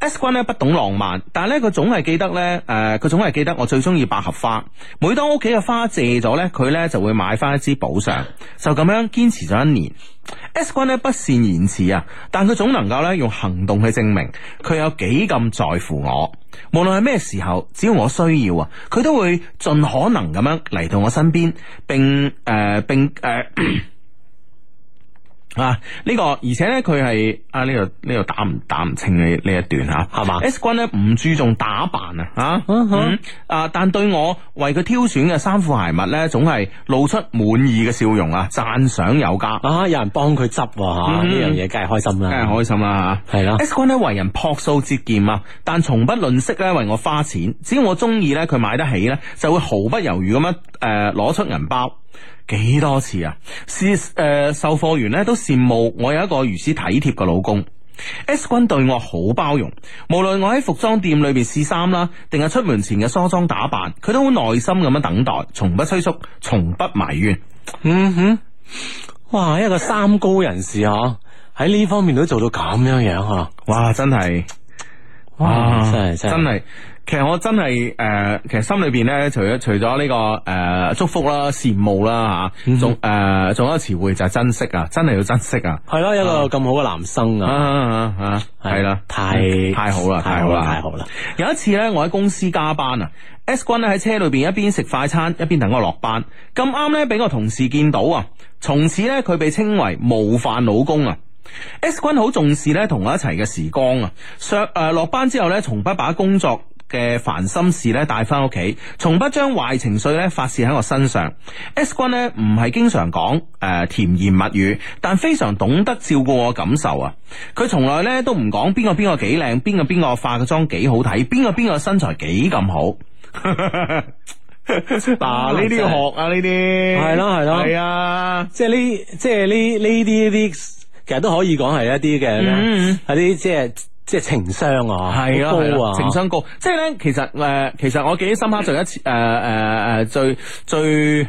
Speaker 1: S 君咧不懂浪漫，但系咧佢總係記得咧，诶、佢總係記得我最中意百合花。每當屋企嘅花謝咗咧，佢咧就會買翻一支補償，就咁樣堅持咗一年。S 君咧不善言辭啊，但佢總能夠咧用行動去證明佢有幾咁在乎我。無論係咩時候，只要我需要啊，佢都會盡可能咁樣嚟到我身邊，並诶、呃 并诶。啊！呢、個而且咧，佢係啊呢、個呢、個打唔打唔清呢呢一段吓，
Speaker 3: 係嘛
Speaker 1: ？S 君咧唔注重打扮啊，啊、嗯啊，但對我為佢挑選嘅衫褲鞋襪咧，總係露出滿意嘅笑容啊，讚賞有加，
Speaker 3: 啊，有人幫佢執喎嚇，
Speaker 1: 嗯
Speaker 3: 呢樣嘢梗係開心
Speaker 1: 梗係
Speaker 3: 啦。
Speaker 1: 開心啦吓。
Speaker 3: 係啦，
Speaker 1: S 君咧為人樸素節儉啊，但從不吝惜咧為我花錢。只要我中意咧，佢買得起咧，就會毫不猶豫咁樣誒攞出銀包。幾多次啊？是誒、呃售貨員咧都羨慕我有一個如此體貼嘅老公。S 君對我好包容，無論我喺服裝店裏邊試衫啦，定係出門前嘅梳妝打扮，佢都好耐心咁樣等待，從不催促，從不埋怨。
Speaker 3: 嗯哼，哇，一個三高人士嗬，喺呢方面都做到咁樣樣嗬，
Speaker 1: 哇！真係〜
Speaker 3: 哇，真係真係。
Speaker 1: 系。啊其實我真係誒、呃其實心裏邊咧，除咗除咗呢、個誒、呃祝福啦、羨慕啦
Speaker 3: 嗯
Speaker 1: 嚇，仲誒仲有一個詞彙就係珍惜啊，真係要珍惜啊！
Speaker 3: 係咯，一個咁好嘅男生
Speaker 1: 啊
Speaker 3: 啊，
Speaker 1: 啊啊啊！係啦，
Speaker 3: 太
Speaker 1: 太好啦，
Speaker 3: 太
Speaker 1: 太
Speaker 3: 好
Speaker 1: 好
Speaker 3: 啦，
Speaker 1: 啦，
Speaker 3: 太好啦。
Speaker 1: 有一次咧，我喺公司加班啊，S 君咧喺車裏邊一邊食快餐一邊等我落班，咁啱咧俾個同事見到啊，從此咧佢被稱為模範老公啊。S 君好重視咧同我一齊嘅時光啊，上誒落班之後咧，從不把工作。嘅煩心事咧帶翻屋企，從不將壞情緒咧發泄喺我身上。S 君咧唔係經常講誒、呃甜言蜜語，但非常懂得照顧我感受啊！佢從來咧都唔講邊個邊個幾靚，邊個邊個化嘅妝幾好睇，邊個邊個身材幾咁好。 嗱，呢啲要學啊，呢啲
Speaker 3: 係咯係咯
Speaker 1: 係啊。
Speaker 3: 即係呢，即係呢呢啲呢啲，其實都可以講係一啲嘅咩
Speaker 1: 嗯，
Speaker 3: 係啲即係即係情商啊，
Speaker 1: 系
Speaker 3: 好
Speaker 1: 咯，係
Speaker 3: 高
Speaker 1: 咯
Speaker 3: 啊，
Speaker 1: 情商高，即系咧，其實诶、呃其實我記憶深刻最一次，呃诶诶诶，最最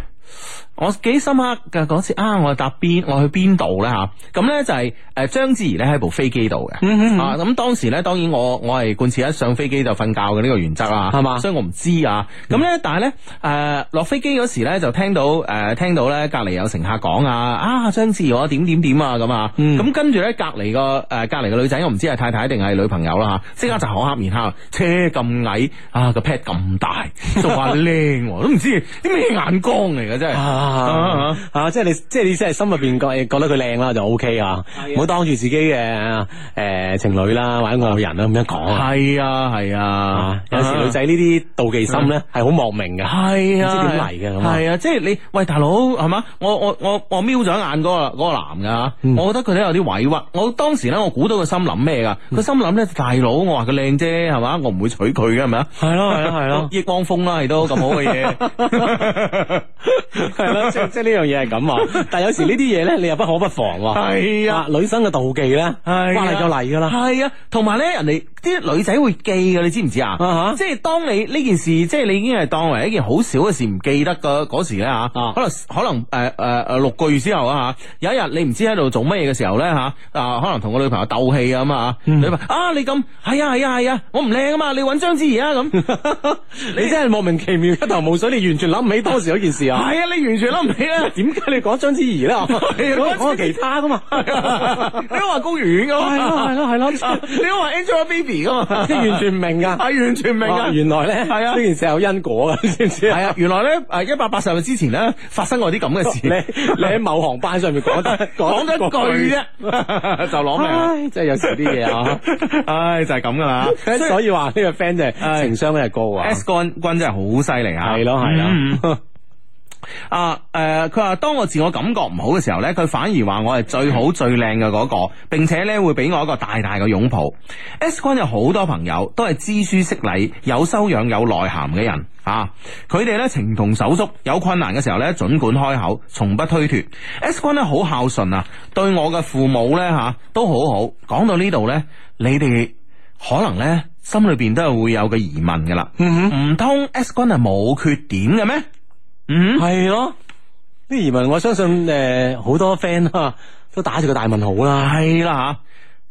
Speaker 1: 我記憶深刻嘅嗰次啊，我搭邊，我去邊度咧吓，咁咧就係诶章子怡咧喺部飛機度嘅，
Speaker 3: 嗯
Speaker 1: 啊咁當時咧，當然我我係貫徹一上飛機就瞓覺嘅呢個原則啦，
Speaker 3: 係嘛
Speaker 1: 所以我唔知啊，咁
Speaker 3: 嗯
Speaker 1: 咧但係咧诶落飛機嗰時咧就聽到诶、呃、聽到咧隔離有乘客講啊啊章子怡我點點點啊咁啊，咁、
Speaker 3: 嗯
Speaker 1: 跟住咧隔離個诶隔離個女仔我唔知係太太定係女朋友
Speaker 3: 嗯
Speaker 1: 啦吓，即刻就口黑面黑，車咁矮啊個 pad 咁 大，仲話靚喎，都唔知啲咩眼光嚟嘅真係。
Speaker 3: 啊
Speaker 1: 啊
Speaker 3: 啊！即係你，即係你，即係心入邊覺覺得佢靚啦，就 O K 啊，唔好當住自己嘅誒情侶啦，或者愛人啦咁樣講啊。
Speaker 1: 係啊係啊
Speaker 3: 啊，，有嗯時女仔呢啲妒忌心咧係好莫名嘅。
Speaker 1: 系啊，
Speaker 3: 唔知點嚟嘅咁啊
Speaker 1: 系啊，即係你喂大佬係嘛？我我我我瞄咗一眼嗰個嗰個男噶，
Speaker 3: 嗯
Speaker 1: 我覺得佢都有啲委屈。我當時咧，我估到佢心諗咩㗎？
Speaker 3: 嗯
Speaker 1: 佢心諗咧，大佬，我話佢靚啫，係嘛？我唔會娶佢嘅，係咪啊？
Speaker 3: 係咯係咯係咯
Speaker 1: 益光風啦，係都咁好嘅嘢，
Speaker 3: 係咯，即即係呢樣嘢係咁啊。但係有時呢啲嘢咧，你又不可不防喎。
Speaker 1: 係啊。
Speaker 3: 女生嘅妒忌咧，
Speaker 1: 係
Speaker 3: 哇嚟就嚟㗎 啦。
Speaker 1: 系啊，同埋咧，人哋啲女仔會記嘅，你知唔知啊
Speaker 3: 啊哈
Speaker 1: 即係當你呢件事，即係你已經係當為一件好少嘅事唔記得嘅嗰時咧吓，
Speaker 3: 啊
Speaker 1: 可能可能诶诶诶六個月之後啊吓，有一日你唔知喺度做乜嘢嘅時候咧吓，啊可能同個女朋友鬥氣啊咁啊，
Speaker 3: 嗯
Speaker 1: 女朋友啊你咁係啊係啊係啊，我唔靚啊嘛，你揾章子怡啊 咁，
Speaker 3: 你真係莫名其妙一頭霧水，你完全諗唔起當時嗰件事
Speaker 1: 係
Speaker 3: 啊！。
Speaker 1: 啊你完全諗唔起啦
Speaker 3: 點解你講章子怡咧？我我講其他噶嘛。
Speaker 1: 你都話公園噶
Speaker 3: 係咯係
Speaker 1: 嘛，
Speaker 3: 咯係咯，
Speaker 1: 你都話 Angelababy 噶嘛，
Speaker 3: 即係 完全唔明㗎。
Speaker 1: 係完全明
Speaker 3: 哇
Speaker 1: 啊。
Speaker 3: 原來咧，
Speaker 1: 係啊
Speaker 3: 呢件事有因果啊，你 知 唔知
Speaker 1: 系
Speaker 3: 啊？
Speaker 1: 啊，原來咧诶一百八十日之前咧發生過啲咁嘅
Speaker 3: 你
Speaker 1: 事，
Speaker 3: 你喺某航班上面哦講得
Speaker 1: 講咗一句啫， 啊就攞命啦。
Speaker 3: 唉，真係有時啲嘢 啊，
Speaker 1: 唉，就係咁噶 啦。
Speaker 3: 所以話呢個 friend 就係
Speaker 1: 唉
Speaker 3: 情商真係高啊。
Speaker 1: S 君君真係好犀利啊！
Speaker 3: 係咯係咯
Speaker 1: 嗯。啊诶，呃佢、話當我自我感覺唔好嘅時候呢，佢反而話我係最好最靚嘅嗰個，並且呢會俾我一個大大嘅擁抱。S 君有好多朋友都係知書識禮、有修養、有內涵嘅人。啊！佢哋咧情同手足，有困難嘅時候咧，盡管開口，從不推脱。S 君咧好孝順啊，對我嘅父母咧吓、都好好。講到呢度咧，你哋可能咧心裏邊都係會有個疑問噶啦。唔通 S 君係冇缺點嘅咩？ 嗯哼，
Speaker 3: 系咯，啲疑问我相信诶好、多 friend 啊都打住個大問號啦。
Speaker 1: 係啦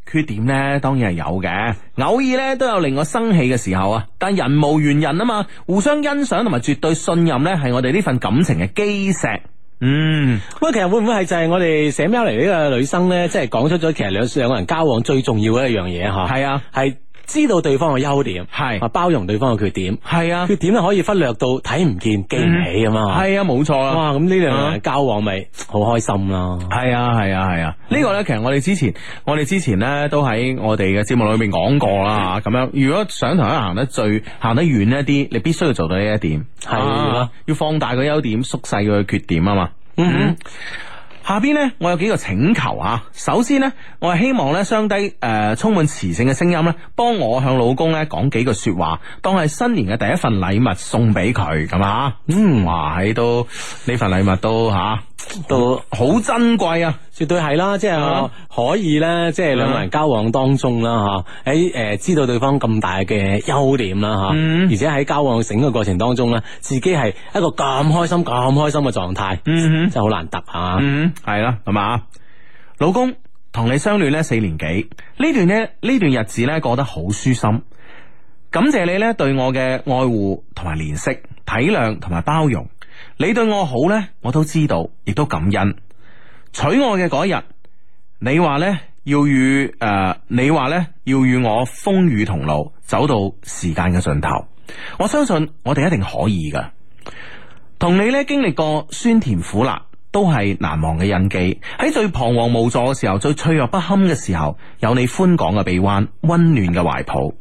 Speaker 1: 吓，缺點咧當然係有嘅，偶爾咧都有令我生氣嘅時候啊。但人無完人啊嘛，互相欣賞同埋絕對信任咧，係我哋呢份感情嘅基石。嗯。
Speaker 3: 喂，其實會唔會係就係我哋寫 mail 嚟呢個女生咧，即係講出咗其實兩兩個人交往最重要嘅一樣嘢吓，
Speaker 1: 係啊
Speaker 3: 係知道對方嘅優點，
Speaker 1: 係
Speaker 3: 啊包容對方嘅缺點，
Speaker 1: 係啊
Speaker 3: 缺點咧可以忽略到睇唔見、記唔起咁啊。嗯
Speaker 1: 系啊，冇错啦。
Speaker 3: 哇，咁呢兩個
Speaker 1: 啊
Speaker 3: 人交往咪好開心啦。
Speaker 1: 系啊，系啊，系啊！呢個呢，其實我哋之前，我哋之前呢都喺我哋嘅節目裏面講過啦。咁樣，如果想同人行得最行得遠一啲，你必須要做到呢一點，
Speaker 3: 係啦
Speaker 1: 啊要放大個優點，縮細佢嘅缺點啊嘛。嗯。下邊呢，我有幾個請求啊。首先呢，我係希望呢，雙低誒、呃充滿磁性嘅聲音呢，幫我向老公呢講幾句説話，當係新年嘅第一份禮物送俾佢咁啊。嗯，哇！喺都呢份禮物都嚇。
Speaker 3: 到
Speaker 1: 好珍貴啊！
Speaker 3: 絕對係啦，即係
Speaker 1: 啊
Speaker 3: 可以咧，即係兩個人交往當中啦，吓喺诶知道對方咁大嘅優點啦，吓、
Speaker 1: 嗯
Speaker 3: 而且喺交往整個過程當中咧，自己係一個咁開心、咁開心嘅狀態，
Speaker 1: 嗯哼
Speaker 3: 真係好難得吓。
Speaker 1: 嗯，系啦，咁啊，老公同你相戀呢四年幾，呢段呢呢段日子呢過得好舒心，感謝你呢對我嘅愛護同埋憐惜、體諒同埋包容，你對我好呢，我都知道，亦都感恩。娶我嘅嗰日，你話呢要與诶、呃你話呢要與我風雨同路，走到時間嘅盡頭，我相信我哋一定可以噶。同你咧經歷過酸甜苦辣，都係難忘嘅印記。喺最彷徨無助嘅時候，最脆弱不堪嘅時候，有你寬廣嘅臂彎，温暖嘅懷抱。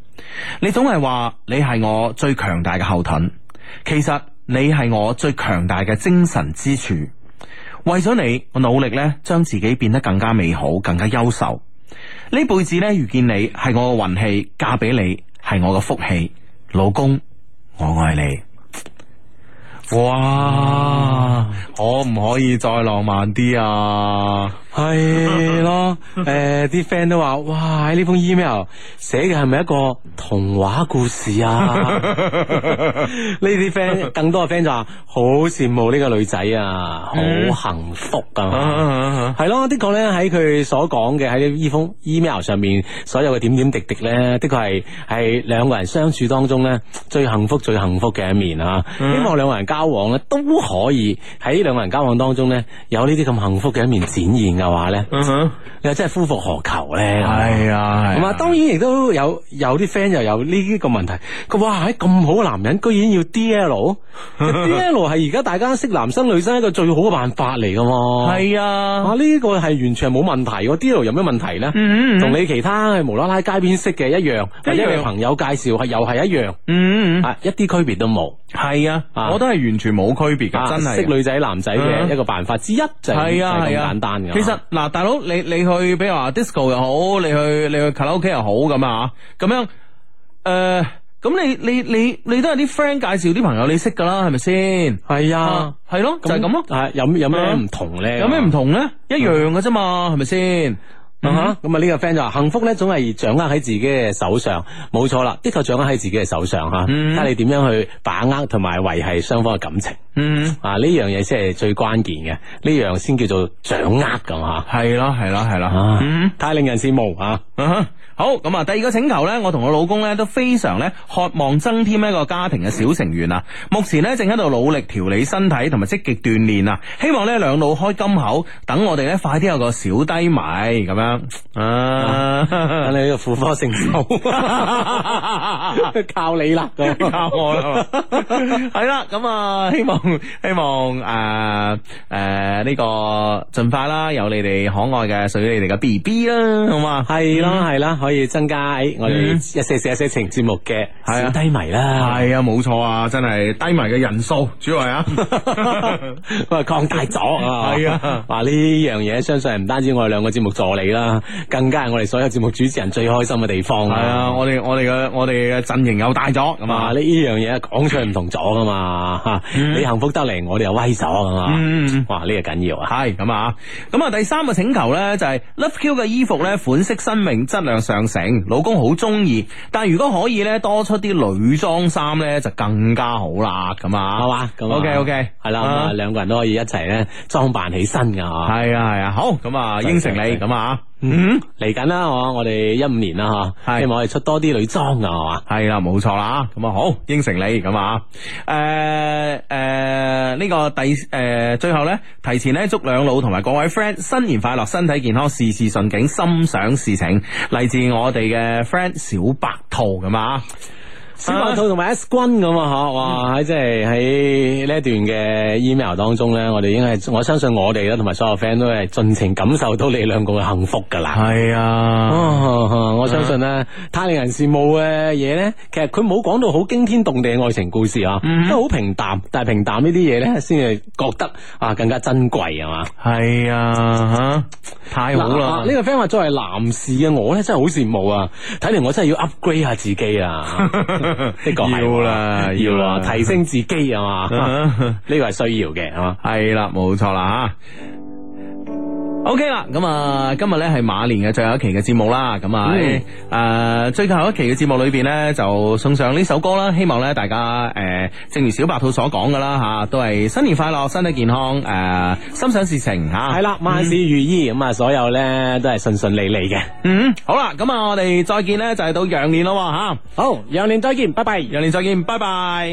Speaker 1: 你總係話你係我最強大嘅後盾，其實你係我最強大嘅精神支柱。為咗你，我努力咧將自己變得更加美好，更加優秀。呢輩子咧遇見你係我嘅運氣，嫁俾你係我嘅福氣。老公，我愛你。哇！可唔可以再浪漫啲啊？
Speaker 3: 係 咯，诶啲 friend 都話：，哇，呢封 email 寫嘅係咪一個童話故事啊？ 呢啲 friend 更多嘅 friend 就話：好羨慕呢個女仔啊，好幸福啊！系咯，的確咧喺佢所講嘅喺呢封 email 上面所有嘅點點滴滴咧，的確係係兩個人相處當中咧最幸福最幸福嘅一面啊！希望兩個人交往咧都可以喺兩個人交往當中咧有呢啲咁幸福嘅一面展現嘅話咧，你話真係夫復何求咧？
Speaker 1: 係啊，
Speaker 3: 咁啊，當然亦都有有啲 friend 又有呢個問題，佢哇喺咁好嘅男人，居然要 D L，D L 係而家大家識男生女生一個最好嘅辦法嚟噶嘛。
Speaker 1: 係啊
Speaker 3: 啊！，呢、個係完全係冇問題喎，D L 有咩問題咧？
Speaker 1: 嗯
Speaker 3: 同你其他係無啦啦街邊識嘅一樣，或者你朋友介紹係又係一樣，
Speaker 1: 嗯，
Speaker 3: 啊一啲區別都冇。
Speaker 1: 係啊，
Speaker 3: 啊
Speaker 1: 我都係完全冇區別
Speaker 3: 啊
Speaker 1: 噶，真係。
Speaker 3: 識女仔男仔
Speaker 1: 嗯
Speaker 3: 嘅一個辦法之一就係
Speaker 1: 係啊係
Speaker 3: 就係咁
Speaker 1: 啊，
Speaker 3: 簡單嘅。
Speaker 1: 其實嗱，大佬你你去，比如話 disco 又好，你去你去卡拉 OK 又好咁啊，咁樣誒，咁你你你你都係啲 friend 介紹啲朋友你識噶啦，係咪先？
Speaker 3: 係啊
Speaker 1: 啊，，係咯，就係咁咯。
Speaker 3: 啊有有咩
Speaker 1: 嗯
Speaker 3: 唔同咧？
Speaker 1: 有咩唔同咧？一樣嘅啫嘛，係咪先？
Speaker 3: 啊哈咁啊呢個 friend 就話幸福咧，總係掌握喺自己嘅手上，冇錯啦，的確掌握喺自己嘅手上吓，睇下你點樣去把握同埋維係雙方嘅感情
Speaker 1: 嗯。
Speaker 3: 啊，呢樣嘢先係最關鍵嘅，呢樣先叫做掌握咁吓，
Speaker 1: 係啦，係啦，係啦
Speaker 3: 啊。
Speaker 1: 嗯。
Speaker 3: 太令人羨慕啊！
Speaker 1: 啊哈好咁啊！第二個請求呢，我同我老公呢都非常呢渴望增添一個家庭嘅小成員啊！目前呢，正喺度努力調理身體同埋積極鍛煉啊！希望呢兩老開金口，等我哋呢快啲有個小低迷咁樣啊！
Speaker 3: 你呢個婦科聖手， 靠你啦，咁
Speaker 1: 教我啦，系啦，咁啊，希望希望诶诶呢个尽快啦，有你哋可愛嘅屬於你哋嘅 B B 啦，好嘛？
Speaker 3: 系啦系啦，可以增加誒我哋
Speaker 1: 嗯
Speaker 3: 一些事一些情節目嘅
Speaker 1: 係
Speaker 3: 小
Speaker 1: 啊
Speaker 3: 低迷啦，
Speaker 1: 係啊，冇錯啊，真係低迷嘅人數，主要係 啊，
Speaker 3: 喂，擴大咗啊！
Speaker 1: 係啊
Speaker 3: 哇！呢樣嘢相信係唔單止我哋兩個節目助理啦，更加係我哋所有節目主持人最開心嘅地方。
Speaker 1: 係啊，我哋我哋嘅我哋嘅陣型又大咗，咁
Speaker 3: 啊！
Speaker 1: 啊
Speaker 3: 呢，呢樣嘢講出去唔同咗噶嘛吓，
Speaker 1: 嗯
Speaker 3: 你幸福得嚟，我哋又威咗係嘛？
Speaker 1: 嗯嗯嗯
Speaker 3: 哇！呢個緊要啊！
Speaker 1: 系咁啊，咁啊第三個請求呢，就係 Love Q 嘅衣服呢，款式新穎，質量上乘，老公好中意。但如果可以呢，多出啲女裝衫呢，就更加好啦，咁啊，
Speaker 3: 係嘛？咁
Speaker 1: OK OK，
Speaker 3: 係啦，咁啊，兩個人都可以一齊咧裝扮起身噶吓。
Speaker 1: 係啊係啊，好咁啊，應承你
Speaker 3: 真係
Speaker 1: 咁啊，嗯。
Speaker 3: 嚟緊啦，我我哋一五年啦吓，
Speaker 1: 係
Speaker 3: 希望我哋出多啲女裝啊，係嘛？
Speaker 1: 系啦，冇錯啦，咁啊好，應承你咁啊，诶诶呢個第诶、最後呢，提前呢，祝兩老同埋各位 friend 新年快樂，身體健康，事事順景，心想事成。嚟自我哋嘅 friend 小白兔咁啊，
Speaker 3: 小白兔同埋 S 君咁啊，吓哇！喺即係喺呢一段嘅 email 當中咧，我哋應該係我相信我哋啦，同埋所有 friend 都係盡情感受到你兩個嘅幸福噶啦。
Speaker 1: 係啊，
Speaker 3: 哦，我相信咧，太令人羨慕嘅嘢咧，其實佢冇講到好驚天動地嘅愛情故事啊，都好平淡，但係平淡呢啲嘢咧，先係覺得啊更加珍貴啊嘛。
Speaker 1: 係啊，吓太好
Speaker 3: 嗱
Speaker 1: 啦
Speaker 3: 啊呢、，個 friend 話作為男士嘅我咧，真係好羨慕啊！睇嚟我真係要 upgrade 下 自己啊，的確係
Speaker 1: 要啦
Speaker 3: 要
Speaker 1: 要
Speaker 3: 啦，
Speaker 1: 啦
Speaker 3: 啊提升自己啊嘛，
Speaker 1: 嗯
Speaker 3: 呢個係需要嘅，係嘛？
Speaker 1: 係啦，冇錯啦吓。OK 啦，咁啊，今日咧係馬年嘅最後一期嘅節目啦，咁啊，
Speaker 3: 嗯
Speaker 1: 誒、最後一期嘅節目裏邊咧就送上呢首歌啦，希望咧大家誒、正如小白兔所講噶啦嚇，都係新年快樂，身體健康，誒、心想事成嚇。
Speaker 3: 係啦，萬事如意咁啊，所有咧都係順順利利嘅。
Speaker 1: 嗯，好啦，咁啊，我哋再見咧就係到羊年咯喎嚇，
Speaker 3: 好，羊年再見，拜拜。
Speaker 1: 羊年再見，拜拜。